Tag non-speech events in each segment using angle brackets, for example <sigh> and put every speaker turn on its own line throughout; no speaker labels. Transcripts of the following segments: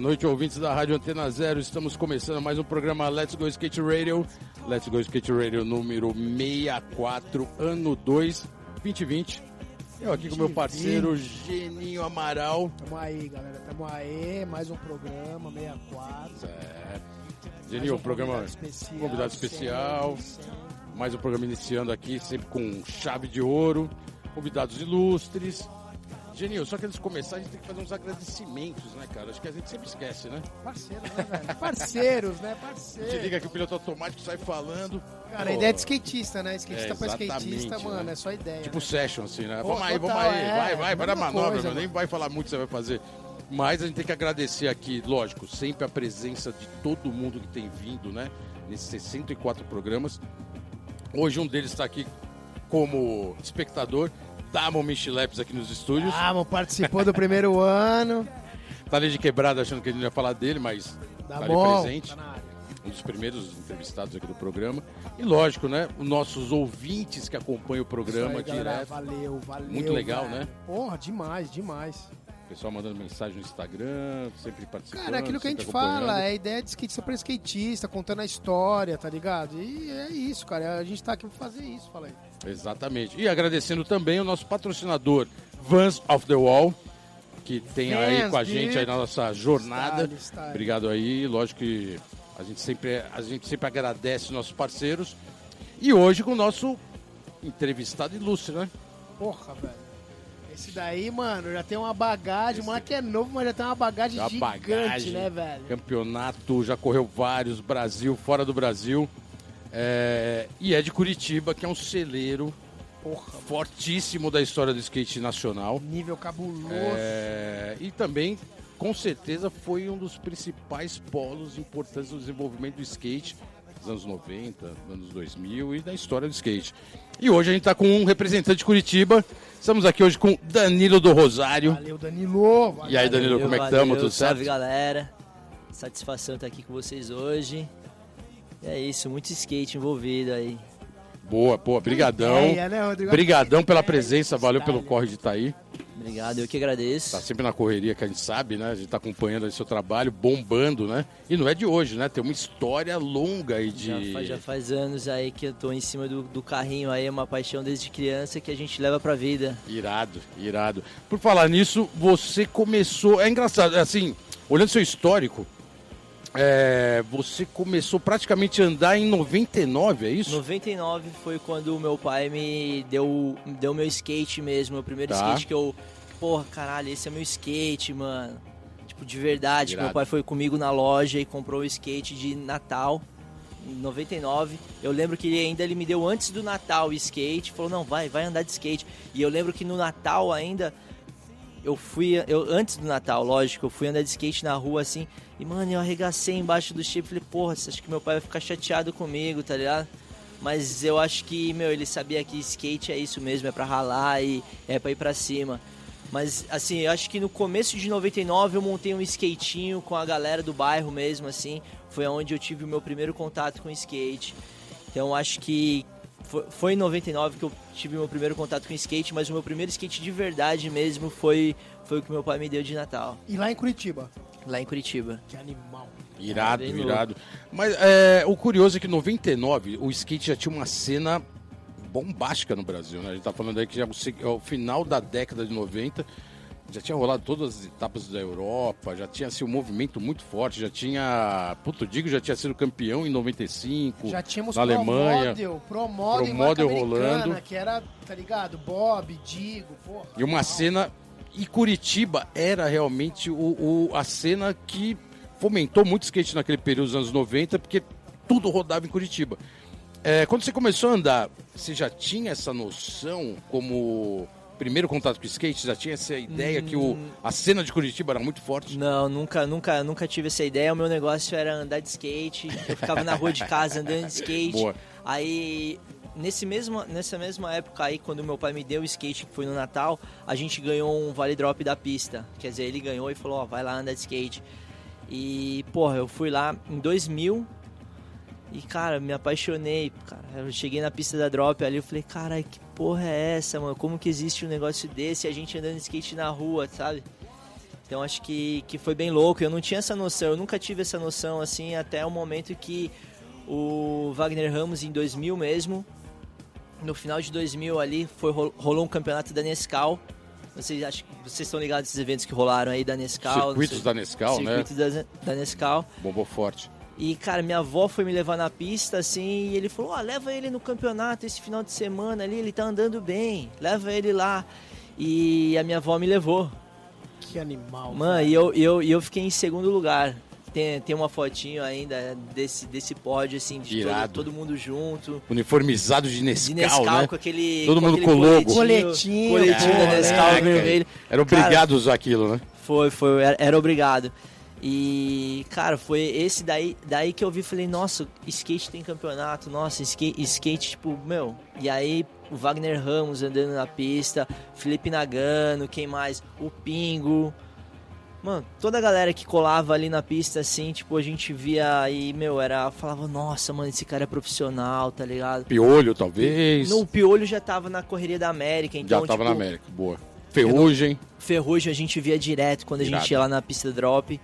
noite, ouvintes da Rádio Antena Zero. Estamos começando mais um programa Let's Go Skate Radio. Let's Go Skate Radio número 64, ano 2, 2020. Eu aqui com meu parceiro Geninho Amaral.
Tamo aí, galera. Tamo aí. Mais um programa, 64.
É.
Mais
Geninho,
um
programa
convidado especial.
convidado especial.
Sempre, sempre.
Mais um programa iniciando aqui, sempre com chave de ouro, convidados ilustres. Geninho, só que antes de começar, a gente tem que fazer uns agradecimentos, né, cara? Acho que a gente sempre esquece, né?
Parceiro, né, velho? Parceiros, né?
Te
Parceiros.
liga que o piloto automático sai falando.
Cara,
Pô,
a ideia é de skatista, né? Skatista
É,
pra skatista,
exatamente,
mano.
né?
É só ideia.
Tipo
né?
session, assim, né?
Pô,
vamos aí,
total,
vamos aí.
é,
vai, vai, vai na
mesma
manobra,
coisa,
meu, nem vai falar muito o que você vai fazer. Mas a gente tem que agradecer aqui, lógico, sempre a presença de todo mundo que tem vindo, né? Nesses 64 programas. Hoje um deles está aqui como espectador. Damon Michileps aqui nos estúdios.
Ah, mano, participou do
<laughs>
primeiro ano.
Tá ali de quebrada achando que a gente não ia falar dele, mas
Dá
tá ali
bom.
presente.
Tá na área.
um dos primeiros entrevistados aqui do programa. E lógico, né? Os nossos ouvintes que acompanham o programa
Isso aí, galera.
direto.
Valeu, valeu.
Muito legal,
velho.
né?
Porra, demais, demais.
O pessoal mandando mensagem no Instagram, sempre participando.
Cara, aquilo que a
sempre
gente fala
tá acompanhando.
é a ideia de skatista pra skatista, contando a história, tá ligado? E é isso, cara. A gente tá aqui pra fazer isso, fala aí.
Exatamente. E agradecendo também o nosso patrocinador, Vans of the Wall, que tem aí
Vans,
com a gente
de-
aí na nossa jornada.
Style, style.
Obrigado aí. Lógico que a gente sempre, é- a gente sempre agradece os nossos parceiros. E hoje com o nosso entrevistado ilustre, né?
Porra, velho. Esse daí, mano, já tem uma bagagem. O moleque é novo, mas já tem uma bagagem
Já
gigante,
bagagem,
né, velho?
Campeonato, já correu vários, Brasil, fora do Brasil. É, e é de Curitiba, que é um celeiro
Porra,
fortíssimo da história do skate nacional.
nível cabuloso.
É, e também, com certeza, foi um dos principais polos importantes do desenvolvimento do skate dos anos 90, dos anos 2000 e da história do skate. E hoje a gente está com um representante de Curitiba. Estamos aqui hoje com Danilo do Rosário.
Valeu, Danilo.
E aí, Danilo, como é que estamos? Tudo
Salve,
certo?
galera. Satisfação estar aqui com vocês hoje. E é isso, muito skate envolvido aí.
Boa, boa. Brigadão.
É, né, Rodrigo?
Brigadão pela presença, valeu pelo corre de estar aí.
Obrigado, eu que
Tá
agradeço.
sempre na correria que a gente sabe, né? A gente tá acompanhando aí seu trabalho, bombando, né? E não é de hoje, né? Tem uma história longa aí de.
Já faz, já faz anos aí que eu tô em cima do, do carrinho aí, é uma paixão desde criança que a gente leva pra vida.
Irado, irado. Por falar nisso, você começou. É engraçado, assim, olhando seu histórico, é, você começou praticamente a andar em 99, é isso?
99 foi quando o meu pai me deu me deu meu skate mesmo, meu primeiro
Tá.
skate que eu, porra, caralho, esse é meu skate, mano. Tipo, de verdade, que
Irado.
meu pai foi comigo na loja e comprou o skate de Natal em 99. Eu lembro que ele ainda ele me deu antes do Natal o skate, falou: "Não, vai, vai andar de skate". E eu lembro que no Natal ainda eu fui, eu, antes do Natal, lógico, eu fui andar de skate na rua assim, e mano, eu arregacei embaixo do chip, falei, porra, você acha que meu pai vai ficar chateado comigo, tá ligado? Mas eu acho que, meu, ele sabia que skate é isso mesmo, é pra ralar e é pra ir pra cima. Mas, assim, eu acho que no começo de 99 eu montei um skatinho com a galera do bairro mesmo, assim. Foi onde eu tive o meu primeiro contato com skate. Então, eu acho que foi, foi em 99 que eu tive meu primeiro contato com skate, mas o meu primeiro skate de verdade mesmo foi, foi o que meu pai me deu de Natal,
E lá em Curitiba.
lá em Curitiba.
Que animal.
Irado,
É, bem
irado. Mas é, o curioso é que em 99 o skate já tinha uma cena bombástica no Brasil, né? A gente tá falando aí que já o se- é o final da década de 90 já tinha rolado todas as etapas da Europa, já tinha assim, um movimento muito forte, já tinha. Puto Digo já tinha sido campeão em 95.
Já tínhamos
na Alemanha.
Pro Model, Pro Model,
Pro
em
Model
marca americana,
rolando.
Que era, tá ligado? Bob, Digo, porra.
E uma cena. E Curitiba era realmente o, o- a cena que fomentou muito skate naquele período dos anos 90, porque tudo rodava em Curitiba. É, quando você começou a andar, você já tinha essa noção como primeiro contato com o skate? Já tinha essa ideia que o,
Hum.
a cena de Curitiba era muito forte?
Não, nunca, nunca, nunca tive essa ideia. O meu negócio era andar de skate. Eu ficava na rua de casa andando de skate.
Boa.
Aí, nesse mesmo, nessa mesma época aí, quando meu pai me deu o skate, que foi no Natal, a gente ganhou um vale drop da pista. Quer dizer, ele ganhou e falou, ó, vai lá andar de skate. E, porra, eu fui lá em 2000 e, cara, me apaixonei, cara. Eu cheguei na pista da Drop ali, eu falei, cara, que porra é essa, mano? Como que existe um negócio desse e a gente andando de skate na rua, sabe? Então acho que, que foi bem louco. Eu não tinha essa noção, eu nunca tive essa noção assim até o momento que o Wagner Ramos em 2000 mesmo, no final de 2000 ali, foi ro- rolou um campeonato da Nescau. Vocês acham vocês estão ligados esses eventos que rolaram aí da Nescau?
Circuitos da Nescau, né?
Circuitos da, da Nescau.
Bombou forte.
E, cara, minha avó foi me levar na pista, assim, e ele falou, ó, leva ele no campeonato esse final de semana ali, ele tá andando bem, leva ele lá. E a minha avó me levou.
Que animal.
Mano, e eu, e eu, e eu fiquei em segundo lugar. Tem, tem uma fotinho ainda desse, desse pódio, assim, de todo,
Irado.
todo mundo junto.
Uniformizado de Nescau,
De Nescau,
né?
com aquele.
Todo
com
mundo
aquele
com logo.
Coletinho,
Coletinho da
pô,
Nescau
né, cara?
vermelho.
Era
Cara,
obrigado a usar aquilo, né?
Foi, foi, era, era obrigado. E, cara, foi esse daí, daí que eu vi, falei, nossa, skate tem campeonato, nossa, skate, skate, tipo, meu. E aí, o Wagner Ramos andando na pista, Felipe Nagano, quem mais? O Pingo. Mano, toda a galera que colava ali na pista, assim, tipo, a gente via aí, meu, era, falava, nossa, mano, esse cara é profissional, tá ligado?
Piolho, talvez.
No, o Piolho já tava na Correria da América, então,
Já tava
tipo,
na América. Boa. Ferrugem.
Ferrugem a gente via direto quando a
Irado.
gente ia lá na pista da Drop.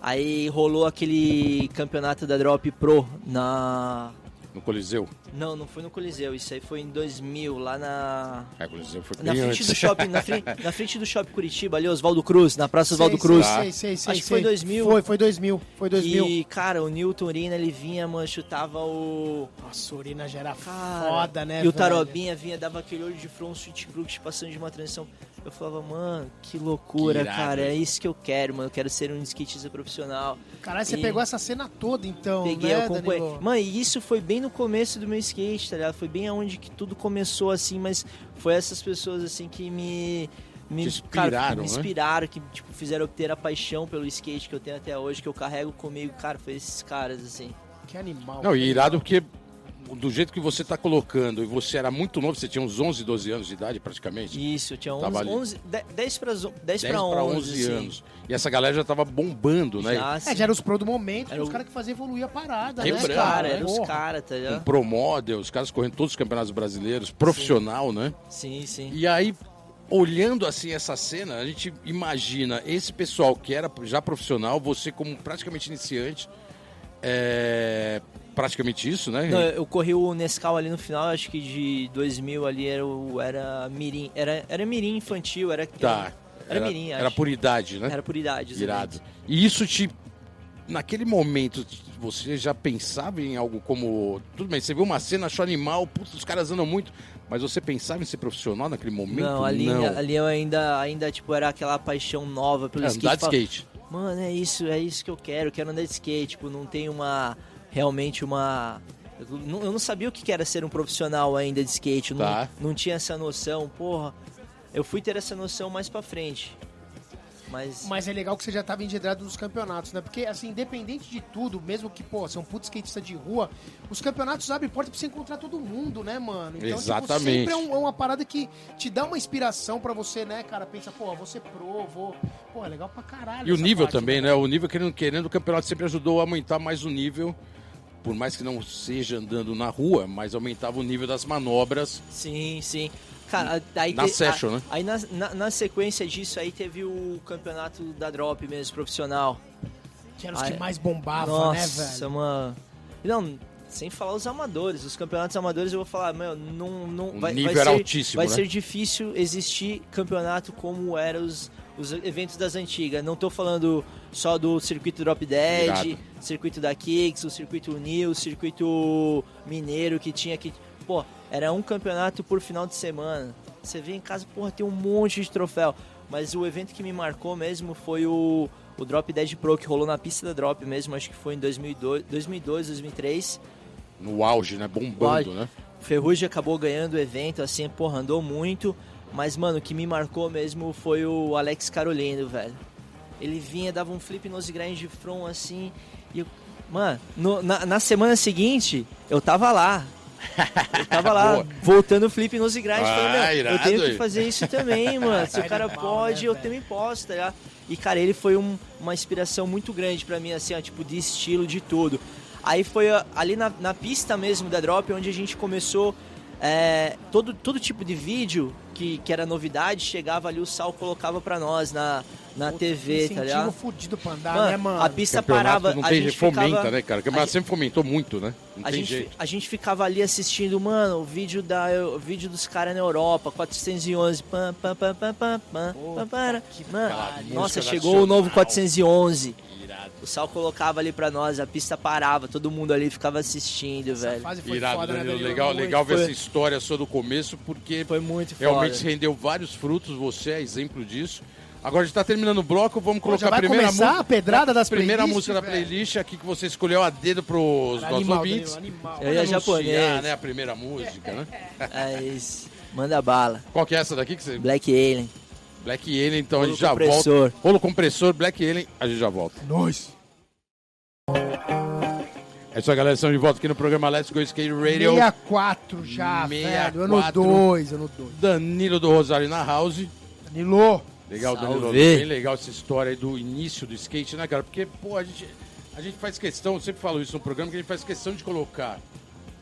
Aí rolou aquele campeonato da Drop Pro na.
No Coliseu.
Não, não foi no Coliseu, isso aí foi em 2000, lá na.
É, Coliseu foi
Na
bem
frente,
antes.
do shopping,
<laughs>
na, frente, na frente do shopping Curitiba, ali, Oswaldo Cruz, na
Sei,
Praça
sei,
Oswaldo Cruz.
sei, sei, sei,
Acho que foi
sei.
2000.
Foi, foi 2000. Foi 2000.
E, cara, o Newton Urina, ele vinha, mano, chutava o.
Nossa, a urina já era
Cara,
foda, né?
E o
velho?
Tarobinha vinha, dava aquele olho de front, um switch crook, passando de uma transição. Eu falava, mano, que loucura,
Que irado.
cara. É isso que eu quero, mano. Eu quero ser um skatista profissional.
Caralho, você
E-
pegou essa cena toda, então,
Peguei,
né,
eu acompanhei.
Danilo?
Mano, e isso foi bem no começo do meu skate, tá ligado? Foi bem aonde que tudo começou, assim, mas foi essas pessoas, assim, que me... Me
Te inspiraram,
cara, que
né?
me inspiraram, que tipo, fizeram eu ter a paixão pelo skate que eu tenho até hoje, que eu carrego comigo, cara, foi esses caras, assim.
Que animal.
Não, e é irado porque do jeito que você tá colocando, e você era muito novo, você tinha uns 11, 12 anos de idade praticamente.
Isso, eu tinha
Tava
11,
ali.
11 de- 10 para 10
10
pra
para 11,
11 assim.
anos. E essa galera já tava bombando, né?
Já,
É,
assim,
já era os pro do momento,
Era
os
o-
caras que faziam evoluir a parada,
Era
né,
os
cara?
cara, era os
Porra.
caras, tá
Com
ligado?
Pro Model, os caras correndo todos os campeonatos brasileiros, profissional, né?
Sim, sim.
E aí, olhando assim essa cena, a gente imagina esse pessoal que era já profissional, você como praticamente iniciante, é... praticamente isso, né?
Não, eu corri o Nescau ali no final, acho que de 2000 ali era, o- era mirim, era, era mirim infantil, era
tá.
era, era mirim,
era
acho.
por idade, né?
Era por idade, assim.
Irado.
exatamente.
E isso te. Naquele momento, você já pensava em algo como. Tudo bem, você viu uma cena, achou animal, putz, os caras andam muito. Mas você pensava em ser profissional naquele momento?
Não, ali,
Não.
ali eu ainda, ainda tipo, era aquela paixão nova pelo
É,
skate.
andar de
Falava,
skate.
Mano, é isso, é isso que eu quero, eu quero andar de skate, tipo, não tem uma realmente uma eu não, eu não sabia o que que era ser um profissional ainda de skate, eu não,
Tá.
não tinha essa noção, porra. Eu fui ter essa noção mais pra frente. Mas,
Mas é legal que você já estava engendrado nos campeonatos, né? Porque, assim, independente de tudo, mesmo que, pô, você é um puto skatista de rua, os campeonatos abrem porta pra você encontrar todo mundo, né, mano? Então,
Exatamente.
Tipo, sempre é, um- é uma parada que te dá uma inspiração pra você, né, cara? Pensa, pô, vou ser pro, vou... Pô, é legal pra caralho.
E o
essa
nível
parte,
também, né? O nível querendo, querendo, o campeonato sempre ajudou a aumentar mais o nível. Por mais que não seja andando na rua, mas aumentava o nível das manobras.
sim, sim. Cara, aí
Na session, né?
Aí na, na, na sequência disso aí teve o campeonato da drop mesmo profissional.
Que eram os que
Ah, é.
mais bombavam, né,
Nossa,
velho?
mano. Não, sem falar os amadores. Os campeonatos amadores eu vou falar, meu, não. não
O
vai,
Um nível
vai
era
ser,
altíssimo,
Vai
né?
ser difícil existir campeonato como eram os, os eventos das antigas. Não tô falando só do circuito Drop Dead,
Irado.
circuito da Kicks, o circuito New, o circuito Mineiro que tinha que. Pô, era um campeonato por final de semana. Você vê em casa, porra, tem um monte de troféu. Mas o evento que me marcou mesmo foi o, o Drop Dead Pro, que rolou na pista da Drop mesmo, acho que foi em 2002, 2002 2003.
No auge, né? Bombando,
Auge.
né?
Ferrugem acabou ganhando o evento, assim, porra, andou muito. Mas, mano, o que me marcou mesmo foi o Alex Carolino, velho. Ele vinha, dava um flip nose grind de front, assim, e eu... Mano, no- na, na semana seguinte, eu tava lá. Eu tava
<laughs>
lá,
Boa.
voltando o flip nose grind.
Ah,
falando, "Meu, eu
irado,
tenho que
hein?"
fazer isso também, mano. Se o
Tá
cara
animal,
pode,
né,
eu
velho?
também posso, tá ligado? E, cara, ele foi um- uma inspiração muito grande pra mim, assim, ó, tipo, de estilo, de tudo. Aí foi ó, ali na, na pista mesmo da Drop, onde a gente começou é, todo, todo tipo de vídeo que, que era novidade, chegava ali, o Sal colocava pra nós na, na TV, tá ligado?
um fudido pra andar,
Mano,
né, mano?
a pista
Campeonato
parava,
não
a
tem
gente
jeito, fomenta,
ficava,
né, cara? O
a
campeonato
gente-
sempre fomentou muito, né? Não
a
tem
gente,
jeito.
a gente ficava ali assistindo, mano, o vídeo da o vídeo dos caras na Europa, 411, pam pam pam pam pam pam pam para. Mano,
pariu.
nossa,
Música
chegou o novo
nacional.
411. O Sal colocava ali pra nós, a pista parava, todo mundo ali ficava assistindo, velho.
fase foi
Irado,
foda, né,
Danilo?
Danilo?
legal,
Muito.
legal ver
Foi.
essa história só do começo, porque
Foi muito foda.
realmente rendeu vários frutos, você é exemplo disso. Agora a gente tá terminando o bloco, vamos
Pô, já
colocar a
vai
primeira
começar
mu-
a pedrada das
Primeira
playlists,
música da
velho?
playlist aqui que você escolheu a dedo pros
Cara,
nossos
Animal,
ouvintes.
Danilo, animal.
Eu ia
Anunciar,
japonês.
né, a primeira música, né?
Mas É manda bala.
Qual que é essa daqui que você...
Black Alien.
Black Alien, então a
Rolo
gente já
compressor.
volta. Rolo compressor, Black Alien, a gente já volta.
Nós.
É isso aí, galera, estamos de volta aqui no programa Let's Go Skate Radio.
64 já,
64.
velho. Ano 2, ano 2.
Danilo do Rosário na house.
Danilo.
Legal, Danilo.
Salve.
Bem legal essa história aí do início do skate, né, cara? Porque, pô, a gente, a gente faz questão, eu sempre falo isso no programa, que a gente faz questão de colocar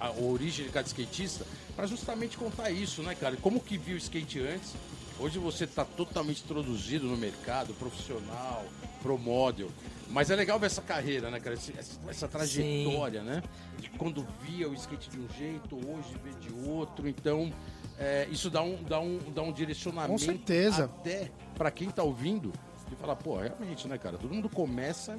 a origem de cada skatista pra justamente contar isso, né, cara? Como que viu o skate antes? Hoje você tá totalmente introduzido no mercado, profissional, pro model. Mas é legal ver essa carreira, né, cara? Esse- Essa, essa trajetória, né? De quando via o skate de um jeito, hoje vê de outro. Então, é, isso dá um, dá, um, dá um direcionamento.
Com certeza.
Até pra quem tá ouvindo e falar, pô, realmente, né, cara? Todo mundo começa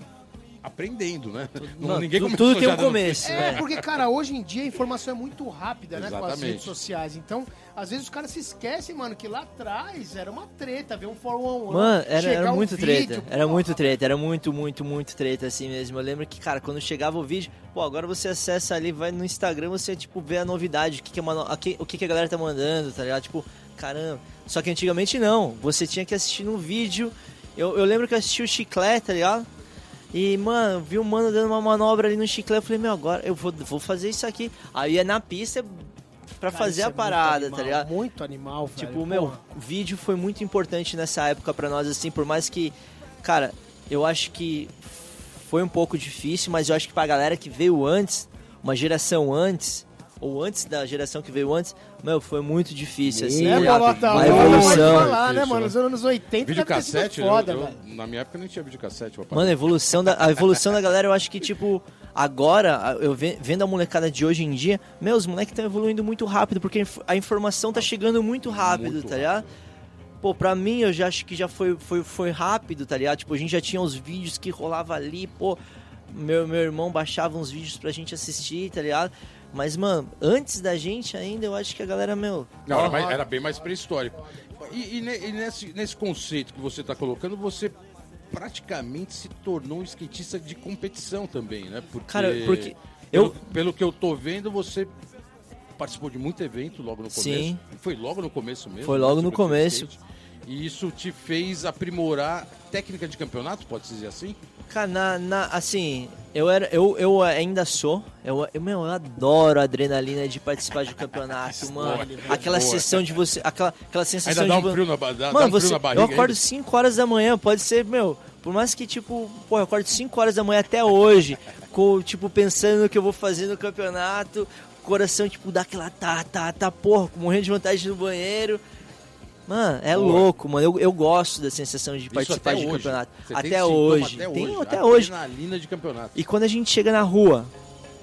aprendendo, né?
Mano, tu- tudo tem um
já dando-
começo,
É,
né?
porque, cara, hoje em dia a informação é muito rápida, né? Com as
Exatamente.
redes sociais. Então, às vezes os caras se esquecem, mano, que lá atrás era uma treta, ver um 411.
Mano, era,
chegar
era
um
muito
vídeo,
treta.
pô,
Era muito treta, era muito, muito, muito treta assim mesmo. Eu lembro que, cara, quando chegava o vídeo, pô, agora você acessa ali, vai no Instagram, você, tipo, vê a novidade, o que, que, é uma no- a que- o que, que a galera tá mandando, tá ligado? Tipo, caramba. Só que antigamente não, você tinha que assistir num vídeo. Eu, eu lembro que eu assisti o Chiclete, tá ligado? E, mano, vi um mano dando uma manobra ali no chiclete, eu falei, meu, agora eu vou, vou fazer isso aqui. Aí é na pista pra
cara,
fazer
isso
a
é muito
parada,
animal,
tá ligado?
Muito animal, velho.
Tipo, meu, o vídeo foi muito importante nessa época pra nós, assim, por mais que, cara, eu acho que foi um pouco difícil, mas eu acho que pra galera que veio antes, uma geração antes, ou antes da geração que veio antes, meu, foi muito difícil, assim,
É,
tá ligado?
bolota
a
louca, pode
evolução.
falar, né,
Isso,
mano?
né?
Nos anos 80 deve ter sido
Videocassete,
foda,
né? eu- eu-
velho. <laughs>
na minha época nem tinha videocassete, papai.
Mano, a evolução da, a evolução da galera, eu acho que, tipo, agora, a- eu ve- vendo a molecada de hoje em dia, meus os moleques estão evoluindo muito rápido, porque a inf- a informação tá chegando muito rápido,
Muito
tá ligado? Pô, pra mim, eu já acho que já foi, foi, foi rápido, tá ligado? Tipo, a gente já tinha os vídeos que rolava ali, pô. Meu, meu irmão baixava uns vídeos pra gente assistir, tá ligado? Mas, mano, antes da gente ainda, eu acho que a galera, meu.
Não,
ó,
era, mais- era bem mais pré-histórico. E, e ne- e nesse, nesse conceito que você está colocando, você praticamente se tornou um skatista de competição também, né? Porque,
Cara, porque
Pelo,
eu-
pelo que eu tô vendo, você participou de muito evento logo no começo.
Sim.
Foi logo no começo mesmo.
Foi logo
né,
no
sobre o
começo.
skate. E isso te fez aprimorar técnica de campeonato, pode dizer assim?
Cara, na, na- assim, eu, era, eu, eu ainda sou. Eu, eu, meu, eu adoro a adrenalina de participar de campeonato, mano. Aquela
boa.
sessão de você. Aquela, aquela sensação
Ainda dá
de.
um
vo-
frio na, ba- dá, dá
Mano,
um frio
você,
na barriga.
eu acordo
ainda.
5 horas da manhã, pode ser, meu, por mais que, tipo, pô, eu acordo 5 horas da manhã até hoje, <laughs> com, tipo, pensando no que eu vou fazer no campeonato, coração, tipo, dá aquela tá, tá, tá, porra, morrendo de vontade no banheiro. Mano, é
Pô.
louco, mano. Eu, eu gosto da sensação de participar
até
de
hoje.
campeonato.
Você tem
Até
sintoma
hoje.
Até
Tenho
hoje.
até hoje.
Adrenalina de campeonato.
E quando a gente chega na rua,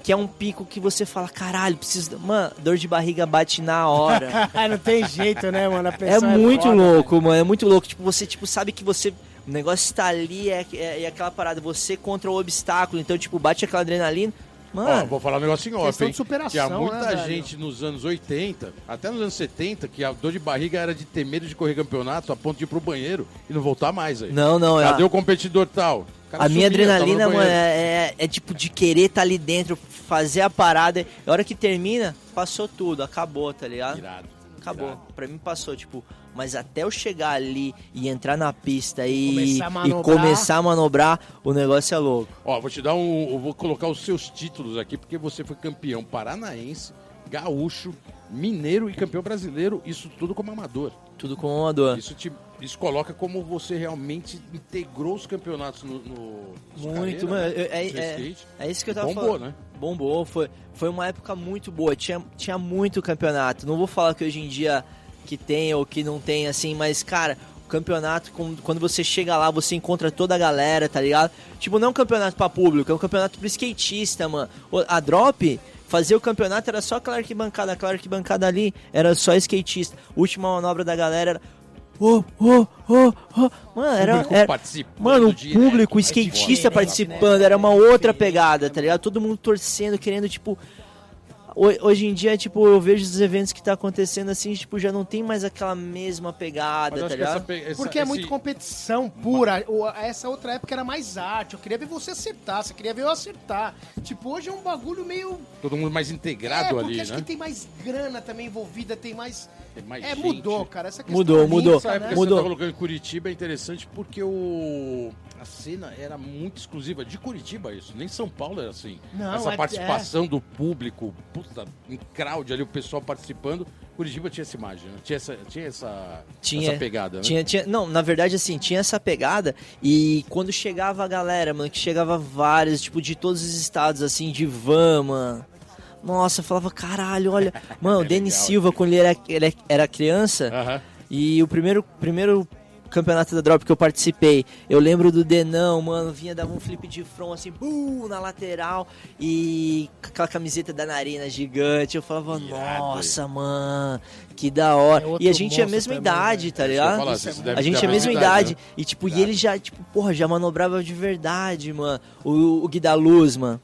que é um pico que você fala, caralho, preciso. da-" Mano, dor de barriga bate na
<laughs>
hora.
Ah, não tem jeito, né, mano? A
é
pessoa
muito
foda, né?
louco, mano. É muito louco. Tipo, você tipo, sabe que você. O negócio tá ali, é, é, é aquela parada, você contra o obstáculo, então, tipo, bate aquela adrenalina.
Ó,
Mano,
vou falar um negócio em off,
Questão
hein?
de superação,
Tinha
né,
muita
velho?
gente nos anos 80, até nos anos 70, que a dor de barriga era de ter medo de correr campeonato a ponto de ir pro banheiro e não voltar mais aí.
não, não, é.
Cadê o competidor tal? O cara
A minha
sumia, tava no
adrenalina, mano,
banheiro.
é, é- é tipo de querer tá ali dentro, fazer a parada. E a hora que termina, passou tudo, acabou, tá ligado?
Irado.
Acabou.
irado.
Pra mim passou, tipo, mas até eu chegar ali e entrar na pista e
Começar a
e
manobrar.
começar a manobrar, o negócio é louco.
Ó, vou te dar um. Eu vou colocar os seus títulos aqui, porque você foi campeão paranaense, gaúcho, mineiro e campeão brasileiro, isso tudo como amador.
Tudo com uma dor.
Isso te isso coloca como você realmente integrou os campeonatos no. no sua carreira,
Muito,
né?
mano. Eu- É,
Seu
é-
skate.
é isso que eu tava
Bombou,
falando.
né?
Bombou, foi, foi uma época muito boa. Tinha, tinha muito campeonato. Não vou falar que hoje em dia que tem ou que não tem, assim, mas, cara, o campeonato, com- quando você chega lá, você encontra toda a galera, tá ligado? Tipo, não é um campeonato pra público, é um campeonato pro skatista, mano. O- A Drop fazia o campeonato, era só aquela arquibancada, aquela arquibancada ali, era só skatista. Última manobra da galera era... Oh, oh, oh, oh. Mano, era,
Público
era,
participando
Mano, o
direto,
público, o
mas de um né?
skatista
fora.
participando, era uma outra pegada, tá ligado? Todo mundo torcendo, querendo, tipo. ho- Hoje em dia, tipo, eu vejo os eventos que tá acontecendo assim, tipo, já não tem mais aquela mesma
Mas eu
pegada, tá
acho que essa
ligado?
pe- essa-
Porque é muito
esse-
competição pura. O- Essa outra época era mais arte. Eu queria ver você acertar, você queria ver eu acertar. Tipo, hoje é um bagulho meio.
Todo mundo mais
é,
integrado
porque
ali,
acho
né?
que tem mais grana também envolvida, tem mais.
Tem mais
é,
gente.
mudou, cara. Essa questão né?
Mudou, mudou.
Essa época que
Mudou.
você tá colocando em Curitiba é interessante porque o... a cena era muito exclusiva de Curitiba, isso. Nem São Paulo era assim.
Não,
Essa
é-
participação do público, puta, em crowd ali, o pessoal participando. Curitiba tinha essa imagem, né? tinha essa, tinha essa,
Tinha,
essa pegada, né?
Tinha, tinha, não, na verdade, assim, tinha essa pegada e quando chegava a galera, mano, que chegava vários, tipo, de todos os estados, assim, de van, mano. Nossa, eu falava,
<laughs>
caralho, olha. Mano, o Denis
É legal. né? Ah.
Silva, quando ele era, ele era criança,
Aham.
E o primeiro, primeiro campeonato da Drop que eu participei, eu lembro do Denão, mano, vinha, dava um flip de front assim, bum, na lateral, e com aquela camiseta da Narina gigante, eu falava,
Irado.
nossa, mano, que da hora.
É outro
e a gente é a
monstro
mesma
também,
idade,
né?
tá
Isso que eu ia
ligado?
falar, vocês devem
A gente
ter
é a mesma idade.
né?
E tipo, e ele já, tipo, porra, já manobrava de verdade, mano. O, o Guida Luz, mano.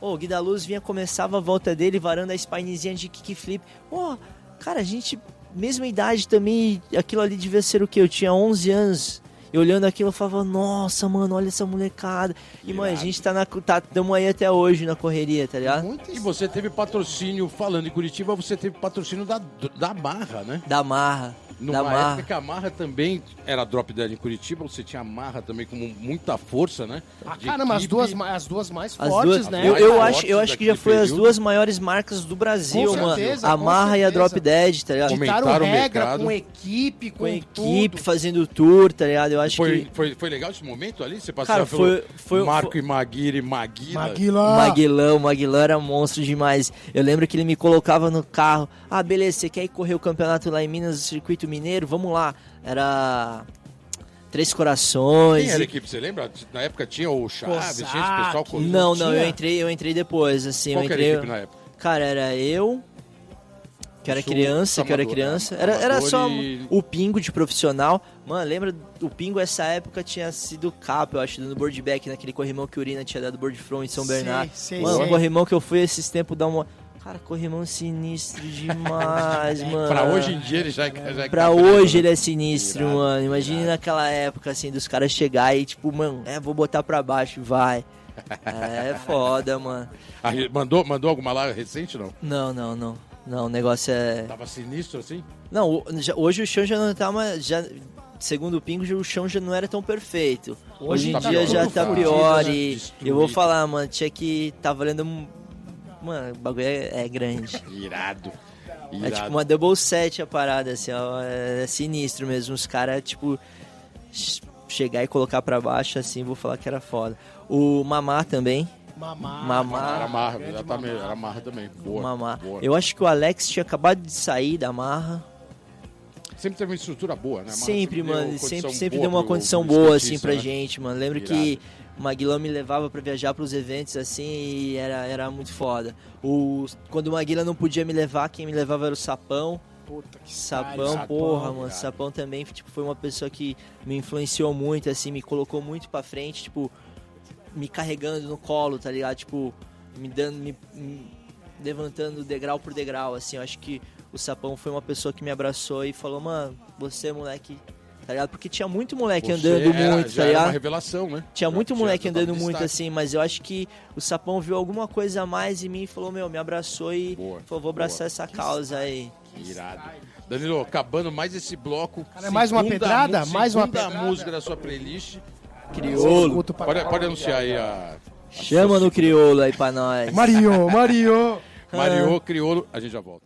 Ô, o Guida Luz vinha, começava a volta dele, varando a spinezinha de kickflip. Pô, cara, a gente, mesma idade também, e aquilo ali devia ser o quê? Eu tinha 11 anos. E olhando aquilo, eu falava, nossa, mano, olha essa molecada. E, mano, a
Irado.
gente tá na. co- Tá, tamo aí até hoje na correria, tá ligado?
Muito
né? E você teve patrocínio, falando em Curitiba, você teve patrocínio da, da Marra, né?
Da marra.
Numa
da marra.
época que a Marra também era drop dead em Curitiba, você tinha a Marra também com muita força, né?
Ah,
De
caramba, as
equipe.
duas, ma- as duas mais
As
fortes,
duas,
né?
eu, eu
Mais
acho, eu
fortes
acho que já
daquele
foi as
período.
duas maiores marcas do Brasil,
Com
mano.
certeza,
a
com
Marra e a
certeza.
Drop Dead, tá ligado?
Como
Ditaram
aumentaram o
regra
mercado.
com equipe, com,
Com a equipe,
equipe.
fazendo tour, tá ligado? Eu acho
Foi,
que.
foi, foi legal esse momento ali? Você passava
Cara, foi. foi
pelo Marco e Maguire e Maguila.
O Maguilão, o Maguilão era monstro demais. Eu lembro que ele me colocava no carro. Ah, beleza, você quer ir correr o campeonato lá em Minas, no circuito mineiro? Vamos lá. Era. Três
Quem
Corações.
era a
e-
equipe? Você lembra? Na época tinha o Chaves, tinha esse
Kozak.
pessoal com...
Não, não, eu
Tinha?
entrei, eu entrei depois, assim.
Qual
eu
que
entrei.
era a equipe na época?
Cara, era eu, que era
Sou um
criança, que eu era
amador,
criança.
né?
Era, era
Amador
só um
e-
o Pingo de profissional. Mano, lembra o Pingo, essa época tinha sido capa, eu acho, dando board back naquele corrimão que o Urina tinha dado board front em São
Sei,
Bernardo.
sei,
mano,
sei.
o corrimão que eu fui esses tempos dar uma. Cara, corrimão
<laughs>
sinistro demais, mano.
Pra hoje em dia ele já... é- já né?
Pra hoje ele é sinistro,
Irado,
mano. Imagina
irado.
naquela época, assim, dos caras chegar e tipo, mano, é, vou botar pra
<laughs>
baixo, vai. É foda, mano.
Ah, ele mandou, mandou alguma lá recente, não?
Não, não, não. Não, o negócio é.
Tava sinistro assim?
Não, o- já- hoje o chão já não tá mais. Já, segundo o Pingo, já- o chão já não era tão perfeito. Hoje,
Hoje
em
tá
dia
tudo
já tá
fudido,
pior
né?
e.
Destruído.
Eu vou falar, mano, tinha que. Tá valendo. um- Mano, o bagulho é, é
<laughs>
grande.
Irado. Irado.
É tipo uma double set a parada, assim, ó, é, é sinistro mesmo. Os caras, tipo, ch- chegar e colocar pra baixo, assim, vou falar que era foda. O Mamá também,
Mamá.
Mamá.
Era marra,
grande
exatamente.
Mamá.
Era marra também.
o
Boa.
Mamá.
boa.
Eu acho que o Alex tinha acabado de sair da marra.
Sempre teve uma estrutura boa, né? Marra
Sempre,
deu
mano.
condição
Sempre, sempre
boa
deu uma
pro-
condição
pro
boa, assim,
skatista,
pra
né?
gente, mano. Lembro
Irado.
que o Maguilão me levava pra viajar pros eventos, assim, e era, era muito foda. O, quando o Maguila não podia me levar, quem me levava era o Sapão.
Puta que
Sapão,
pariu,
porra,
Sapão.
mano.
irado.
Sapão também tipo, foi uma pessoa que me influenciou muito, assim, me colocou muito pra frente, tipo, me carregando no colo, tá ligado? Tipo, me dando, me, me levantando degrau por degrau, assim. Eu acho que o Sapão foi uma pessoa que me abraçou e falou, mano, você, é moleque, tá ligado? Porque tinha muito moleque
Você
É andando
era-
muito,
já
tá
era uma
ligado?
revelação, né?
Tinha muito
Já-
moleque
já tava
andando
no
muito
destaque.
assim, mas eu acho que o Sapão viu alguma coisa a mais em mim e falou, meu, me abraçou e
Boa,
falou, vou abraçar essa causa aí.
Irado. Danilo, acabando mais esse bloco.
Cara, é mais uma
Segunda
pedrada?
mu-
Mais uma
segunda
pedrada?
música da sua playlist.
Criolo.
Escuto pra
Pode,
caralho.
pode um anunciar aí a
Chama no crioulo aí pra nós.
Mario, Mario. É.
Mariô Criolo. A gente já volta.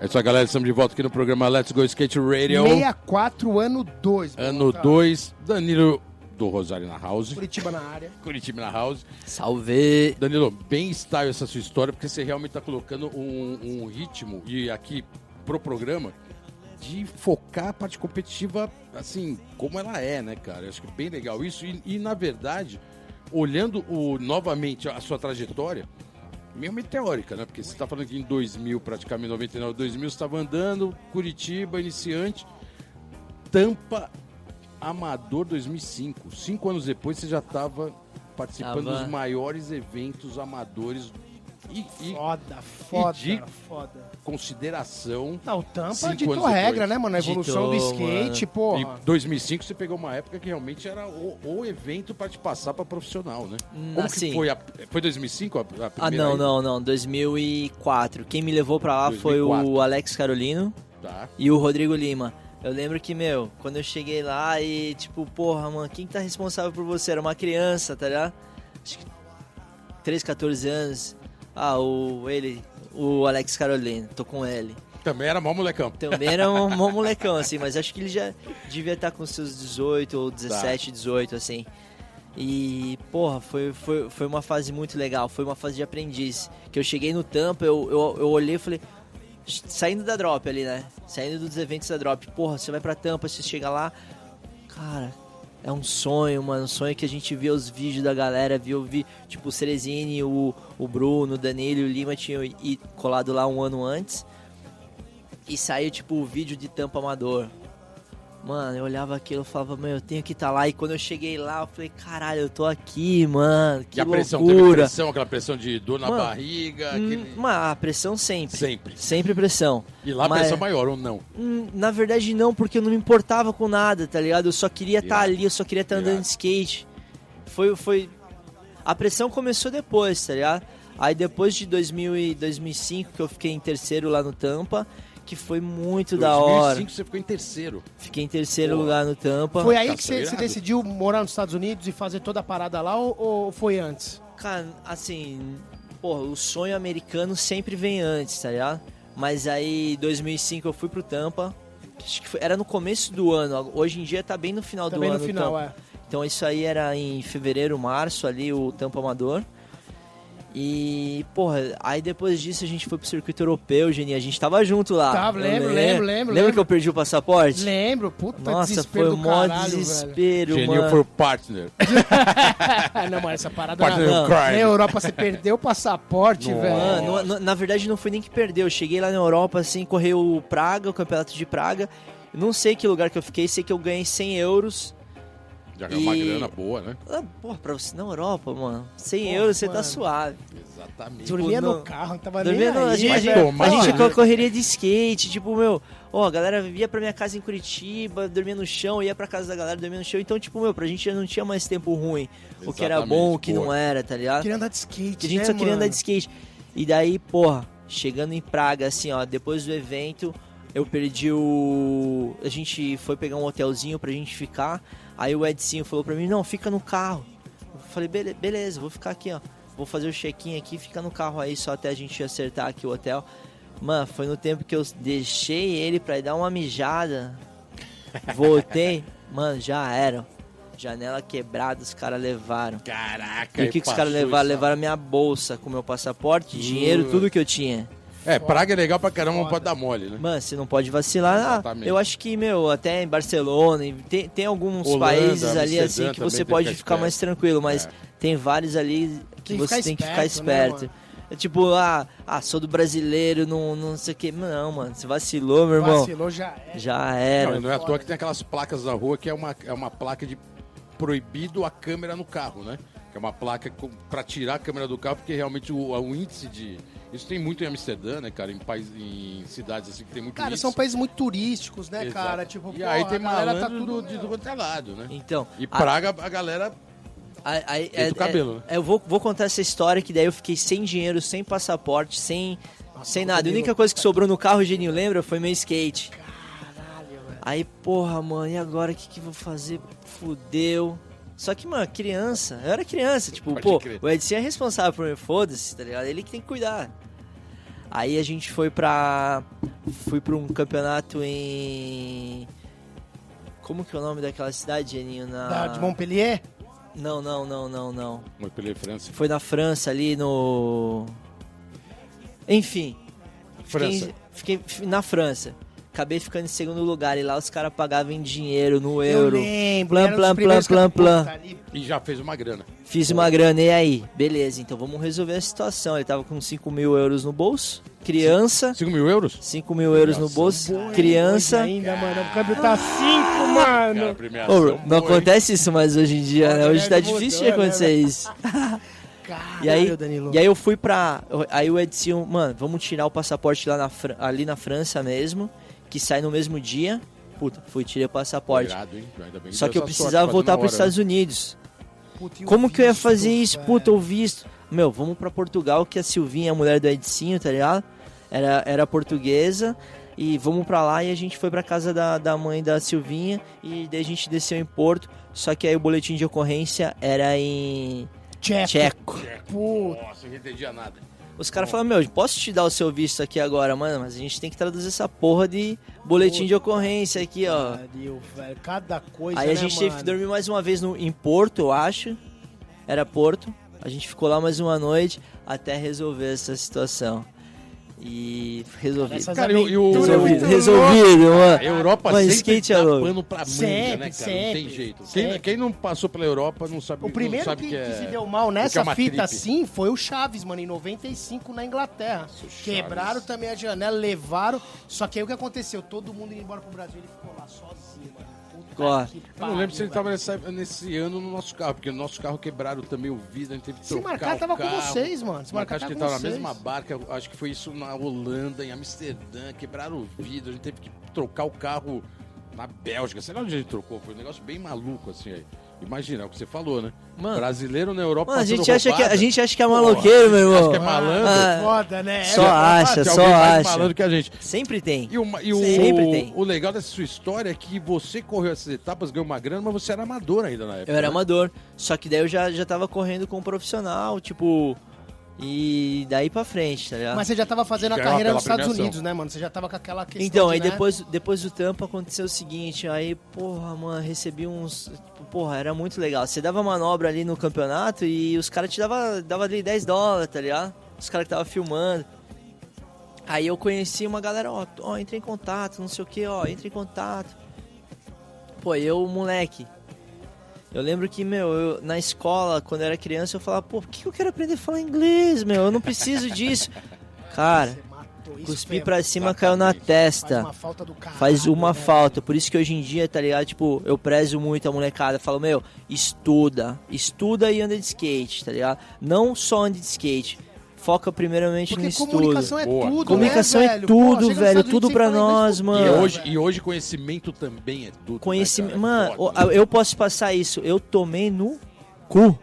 É isso aí, galera. Estamos de volta aqui no programa Let's Go Skate Radio.
64, ano 2.
Ano 2. Danilo do Rosário na House.
tá Curitiba na área.
Curitiba na House.
Salve.
Danilo, bem style essa sua história, porque você realmente tá colocando um, um ritmo, e aqui pro programa, de focar a parte competitiva, assim, como ela é, né, cara? Eu acho que é bem legal isso. E, e, na verdade, olhando o, novamente a sua trajetória, meio meteórica, né? Porque você está falando que em 2000, praticamente 99, 2000, você estava andando, Curitiba, iniciante, Tampa, Amador 2005. Cinco anos depois, você já estava participando
Tava.
dos maiores eventos amadores e, e
Foda, foda,
e de-
cara, foda.
consideração.
Não, o Tampa
Cinco
ditou
anos depois.
regra, né, mano? A evolução
Ditou,
do skate, porra.
Em 2005 você pegou uma época que realmente era o, o evento para te passar para profissional, né?
Hum,
Como
assim.
que foi? A, foi 2005 a, a primeira?
Ah, não,
ida?
não, não. 2004. Quem me levou pra lá foi o
2004.
Alex Carolino
Tá.
e o Rodrigo Lima. Eu lembro que, meu, quando eu cheguei lá e, tipo, porra, mano, quem que tá responsável por você? Era uma criança, tá ligado? Acho que 13, 14 anos. Ah, o ele, o Alex Carolino, tô com ele.
Também era mó molecão.
Também era um, um molecão, assim, mas acho que ele já devia estar com seus 18 ou 17, 18, assim. E, porra, foi, foi, foi uma fase muito legal, foi uma fase de aprendiz. Que eu cheguei no tampo, eu, eu, eu olhei e falei. Saindo da drop ali, né? Saindo dos eventos da drop. Porra, você vai pra tampa, você chega lá. Cara, é um sonho, mano. Um sonho que a gente vê os vídeos da galera, viu, vi, tipo, o Cerezini, o, o Bruno, o Danilo e o Lima tinham ido- colado lá um ano antes. E saiu, tipo, o vídeo de tampa amador. Mano, eu olhava aquilo e falava, meu, eu tenho que estar lá. E quando eu cheguei lá, eu falei, caralho, eu tô aqui, mano. Que
e a pressão, teve
loucura.
pressão, aquela pressão de dor na
Mano,
barriga,
Hum,
aquele...
Mas a pressão sempre.
sempre.
Sempre pressão.
E lá a
Mas-
pressão maior, ou não?
Hum, Na verdade, não, porque eu não me importava com nada, tá ligado? Eu só queria estar
Irado.
ali, eu só queria estar andando
Irado.
de skate. Foi, foi. A pressão começou depois, tá ligado? Aí depois de 2000 e 2005, que eu fiquei em terceiro lá no Tampa, que foi muito da hora.
2005 você ficou em terceiro.
Fiquei em terceiro
Pô.
lugar no Tampa.
Foi aí
Tá
que você
acelerado.
você decidiu morar nos Estados Unidos e fazer toda a parada lá ou, ou foi antes?
Cara, assim, porra, o sonho americano sempre vem antes, tá ligado? Mas aí, 2005 eu fui pro Tampa. Acho que foi- era no começo do ano. Hoje em dia tá bem no final
Também
do
no
ano. o
final,
Tampa.
é.
Então isso aí era em fevereiro, março ali, o Tampa Amador. E, porra, aí depois disso a gente foi pro circuito europeu, Geni. A gente tava junto lá.
Tava,
Eu
lembro, lembro, lembro,
Lembra
lembro.
que eu perdi o passaporte?
Lembro, puta
Nossa, foi
desespero
o
do
maior
caralho, velho.
desespero,
Genil
mano.
foi o partner.
Ah, <laughs> não, mano, essa parada
partner
na,
não.
of
na
um crime.
Europa, você perdeu o passaporte,
Nossa.
velho.
Mano, na, na verdade Ah, não fui nem que perdeu. Eu cheguei lá na Europa, assim, correu o Praga, o campeonato de Praga. Não sei que lugar que eu fiquei, sei que eu ganhei 100 euros.
Já ganhou uma
E-
grana boa, né?
Ah, porra, pra você na Europa, mano. 100
Porra,
euros, você tá
mano.
suave. Tipo,
Exatamente.
Dormia
não-
no carro, não tava
Dormia
nem
no- a
aí,
gente, a
Vai
gente-
velho.
tomar
a gente
no
co-
cu.
correria de skate, tipo, meu, ó, a galera via pra minha casa em Curitiba, dormia no chão, ia pra casa da galera, dormia no chão. Então, tipo, meu, pra gente já não tinha mais tempo ruim. O que era
Exatamente,
bom, o que não
boa.
era, tá ligado?
Queria andar de skate,
Que a gente
né,
só queria
mano?
andar de skate. E daí, porra, chegando em Praga, assim, ó, depois do evento, eu perdi o. A gente foi pegar um hotelzinho pra gente ficar. Aí o Edinho falou pra mim: não, fica no carro. Eu falei: "Bele- beleza, vou ficar aqui, ó. Vou fazer o check-in aqui, fica no carro aí só até a gente acertar aqui o hotel. Mano, foi no tempo que eu deixei ele pra ir dar uma mijada. Voltei, <laughs> mano, já era. Janela quebrada, os caras levaram.
Caraca,
E o que,
aí
que os caras
passou
levaram?
isso. Hum.
Levaram minha bolsa com meu passaporte, dinheiro,
Putz.
tudo que eu tinha.
É, Praga é legal pra caramba
Foda.
pra dar mole, né?
Mano, você não pode vacilar. Ah,
Exatamente.
eu acho que, meu, até em Barcelona, em- tem, tem alguns
Holanda,
países ali
Amsterdã
assim que
também
você
tem que
pode
ficar
ficar mais tranquilo, mas
É.
tem vários ali que
Tem que
você
ficar
tem que ficar
esperto,
esperto.
né,
É tipo, ah, ah, sou do brasileiro, não, não sei o que. Não, mano, você vacilou, meu irmão.
Vacilou, já era.
Já
Não,
era.
e não é à toa que tem aquelas placas na rua que é uma, é uma placa de proibido a câmera no carro, né? Que é uma placa com- pra tirar a câmera do carro, porque realmente o, o índice de. Isso tem muito em Amsterdã, né, cara? Em, país, em cidades assim que tem muito
Cara,
índice.
são países muito turísticos, né,
Exato.
cara? Tipo,
e aí
porra,
tem
a galera
malandro
tá
do,
tudo...
de tudo quanto é lado, né?
Então,
E
a-
Praga, a galera.
Aí, aí,
Dentro do cabelo, né?
é, eu vou, vou contar essa história que daí eu fiquei sem dinheiro, sem passaporte, sem, sem nada. A única coisa que sobrou no carro, o Geninho lembra, foi meu skate.
Caralho, velho.
Aí, porra, mano, e agora o que, que eu vou fazer? Fudeu. Só que, mano, criança, eu era criança, tipo,
Pode
pô,
crer.
o Edson é responsável por mim, foda-se, tá ligado? Ele que tem que cuidar. Aí a gente foi pra. Fui pra um campeonato em. Como que é o nome daquela cidade, Geninho? Na...
Da- de Montpellier?
Não, não, não, não, não.
Mas pela França.
Foi na França ali no. Enfim.
França.
Fiquei, fiquei na França. Acabei ficando em segundo lugar e lá os caras pagavam em dinheiro, no
Eu
euro.
lembro.
Plan,
era um dos
plan,
primeiros
plan,
campe-
plan,
Puta, ali,
E já fez uma grana.
Fiz uma grana, e aí? Beleza, então vamos resolver a situação. Ele tava com 5 mil euros no bolso, criança,
5 mil euros?
5 mil euros no bolso, criança.
Hoje ainda, mano. O câmbio tá 5, mano.
Cara, premiação.
Ô, não
boa, hein?
acontece isso mais hoje em dia, né?
Olha,
Hoje tá
mudou,
difícil de
né,
acontecer
velho?
isso.
Caralho,
E aí,
Danilo.
e aí eu fui pra. Aí o Edson, mano, vamos tirar o passaporte lá na, Fran- ali na França mesmo, que sai no mesmo dia. Puta, fui, tirei o passaporte.
Irado, hein? Ainda bem
Só que
deu
eu
essa
precisava
sorte,
voltar
quase
pros
na hora, né?
Estados Unidos.
Puta, e o
Como que eu ia
visto,
fazer isso?
velho?
Puta, o visto. Meu, vamos pra Portugal, que a Silvinha, é a mulher do Edicinho, tá ligado? Era, era portuguesa. E vamos pra lá e a gente foi pra casa da, da mãe da Silvinha. E daí a gente desceu em Porto. Só que aí o boletim de ocorrência era em
Tcheco.
tcheco.
Puta.
né? Nossa, eu não entendia nada.
Os caras falam, meu, posso te dar o seu visto aqui agora, mano? Mas a gente tem que traduzir essa porra de boletim de ocorrência aqui, ó.
Pariu, velho. Cada coisa,
Aí
né,
a gente teve que
mano?
dormir mais uma vez no, em Porto, eu acho. Era Porto. A gente ficou lá mais uma noite até resolver essa situação. E resolvido.
Essas
Cara, e o- e o-
aventuras
Resolvido,
muito
resolvido,
A
mano.
Europa
Mas
sempre
né, skate é
dá
louco.
pano pra manga,
Sempre,
né, cara? não tem
sempre,
jeito.
sempre.
Quem, quem não passou pela Europa não sabe
O primeiro
não sabe
que,
que, é,
que se deu mal nessa
o que é uma
fita
gripe.
assim foi o Chaves, mano, em 95 na Inglaterra.
Chaves.
Quebraram também a janela, levaram. Só que aí o que aconteceu? Todo mundo indo embora pro Brasil, ele ficou lá sozinho, mano. Puta
Claro.
que
Eu não lembro se ele
pariu,
estava nesse ano no nosso carro, porque no nosso carro quebraram também o vidro, a gente teve que
Se
trocar
marcar,
o
tava com
carro.
vocês, mano. Se marcar,
acho que ele
tava com
tava na
vocês.
mesma barca, acho que foi isso na Holanda, em Amsterdã, quebraram o vidro, a gente teve que trocar o carro na Bélgica, sei lá onde a gente trocou, foi um negócio bem maluco, assim, aí. Imagina, é o que você falou, né?
Mano.
Brasileiro na Europa
Mano, a
passando
gente, acha que,
roubada.
a gente acha que é
Pô,
maloqueiro, meu
acha
irmão.
que é malandro?
Ah,
Foda, né?
Só
É,
acha,
tá Tem
só
alguém mais
acha.
falando que a gente.
Sempre tem.
E, uma- e o,
Sempre tem.
o legal dessa sua história é que você correu essas etapas, ganhou uma grana, mas você era amador ainda na época.
Eu era
né?
amador. Só que daí eu já, já tava correndo com um profissional, tipo. E daí pra frente, tá ligado?
Mas você já tava fazendo a
Ganhou
carreira
pela
nos Estados
premiação.
Unidos, né, mano? Você já tava com aquela questão
Então,
de,
aí
né?
depois, depois do tampo aconteceu o seguinte, aí, porra, mano, recebi uns. Tipo, porra, era muito legal. Você dava manobra ali no campeonato e os caras te dava, dava ali 10 dólares, tá ligado? Os caras que tava filmando. Aí eu conheci uma galera, ó, ó, entra em contato, não sei o que, ó, entra em contato. Pô, eu, moleque. Eu lembro que, meu, eu- na escola, quando eu era criança, eu falava, pô, por que eu quero aprender a falar inglês, meu? Eu não preciso disso. Cara,
Você matou isso,
cuspi
Fê,
pra cima, caiu na
Exatamente.
Faz
testa
uma falta do caralho.
faz uma
né?
falta. Por isso que hoje em dia, tá ligado? Tipo, eu prezo muito a molecada. Falo, meu, estuda. Estuda e anda de skate, tá ligado? Não só anda de skate. Foca primeiramente
Porque
no estudo.
comunicação é
Boa.
tudo,
Comunicação
né,
é
velho?
tudo,
chega nos
velho,
Estados
tudo
Unidos,
pra
você fala inglês
nós,
por
mano.
E é
tudo,
hoje,
velho.
e hoje conhecimento também é tudo.
Conhecimento.
né,
Mano,
cara? É foda,
eu posso passar isso. Eu tomei no cu.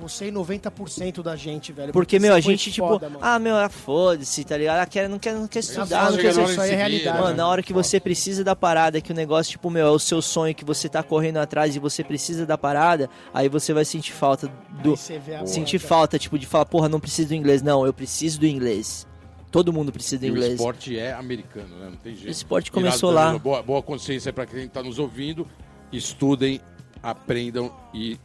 Você é e 90% da gente, velho.
Porque, meu,
isso
a
foi
gente, tipo,
foda, mano.
ah, meu, ah, foda-se, tá ligado? Ah, quer, não, quer, não quer estudar, não
foda,
quer
cara,
ser
isso aí é realidade.
Mano, na hora que você precisa da parada, que o negócio, tipo, meu, é o seu sonho que você tá correndo atrás e você precisa da parada, aí você vai sentir falta do.
Aí você vê a
é Boa.
Sentir
parada.
falta, tipo, de falar, porra, não preciso do inglês. Não, eu preciso do inglês. Todo mundo precisa do
E o
inglês.
esporte é americano, né? Não tem jeito.
O esporte
Irado,
começou
Danilo.
lá.
Boa, boa consciência para quem está nos ouvindo. Estudem, aprendam e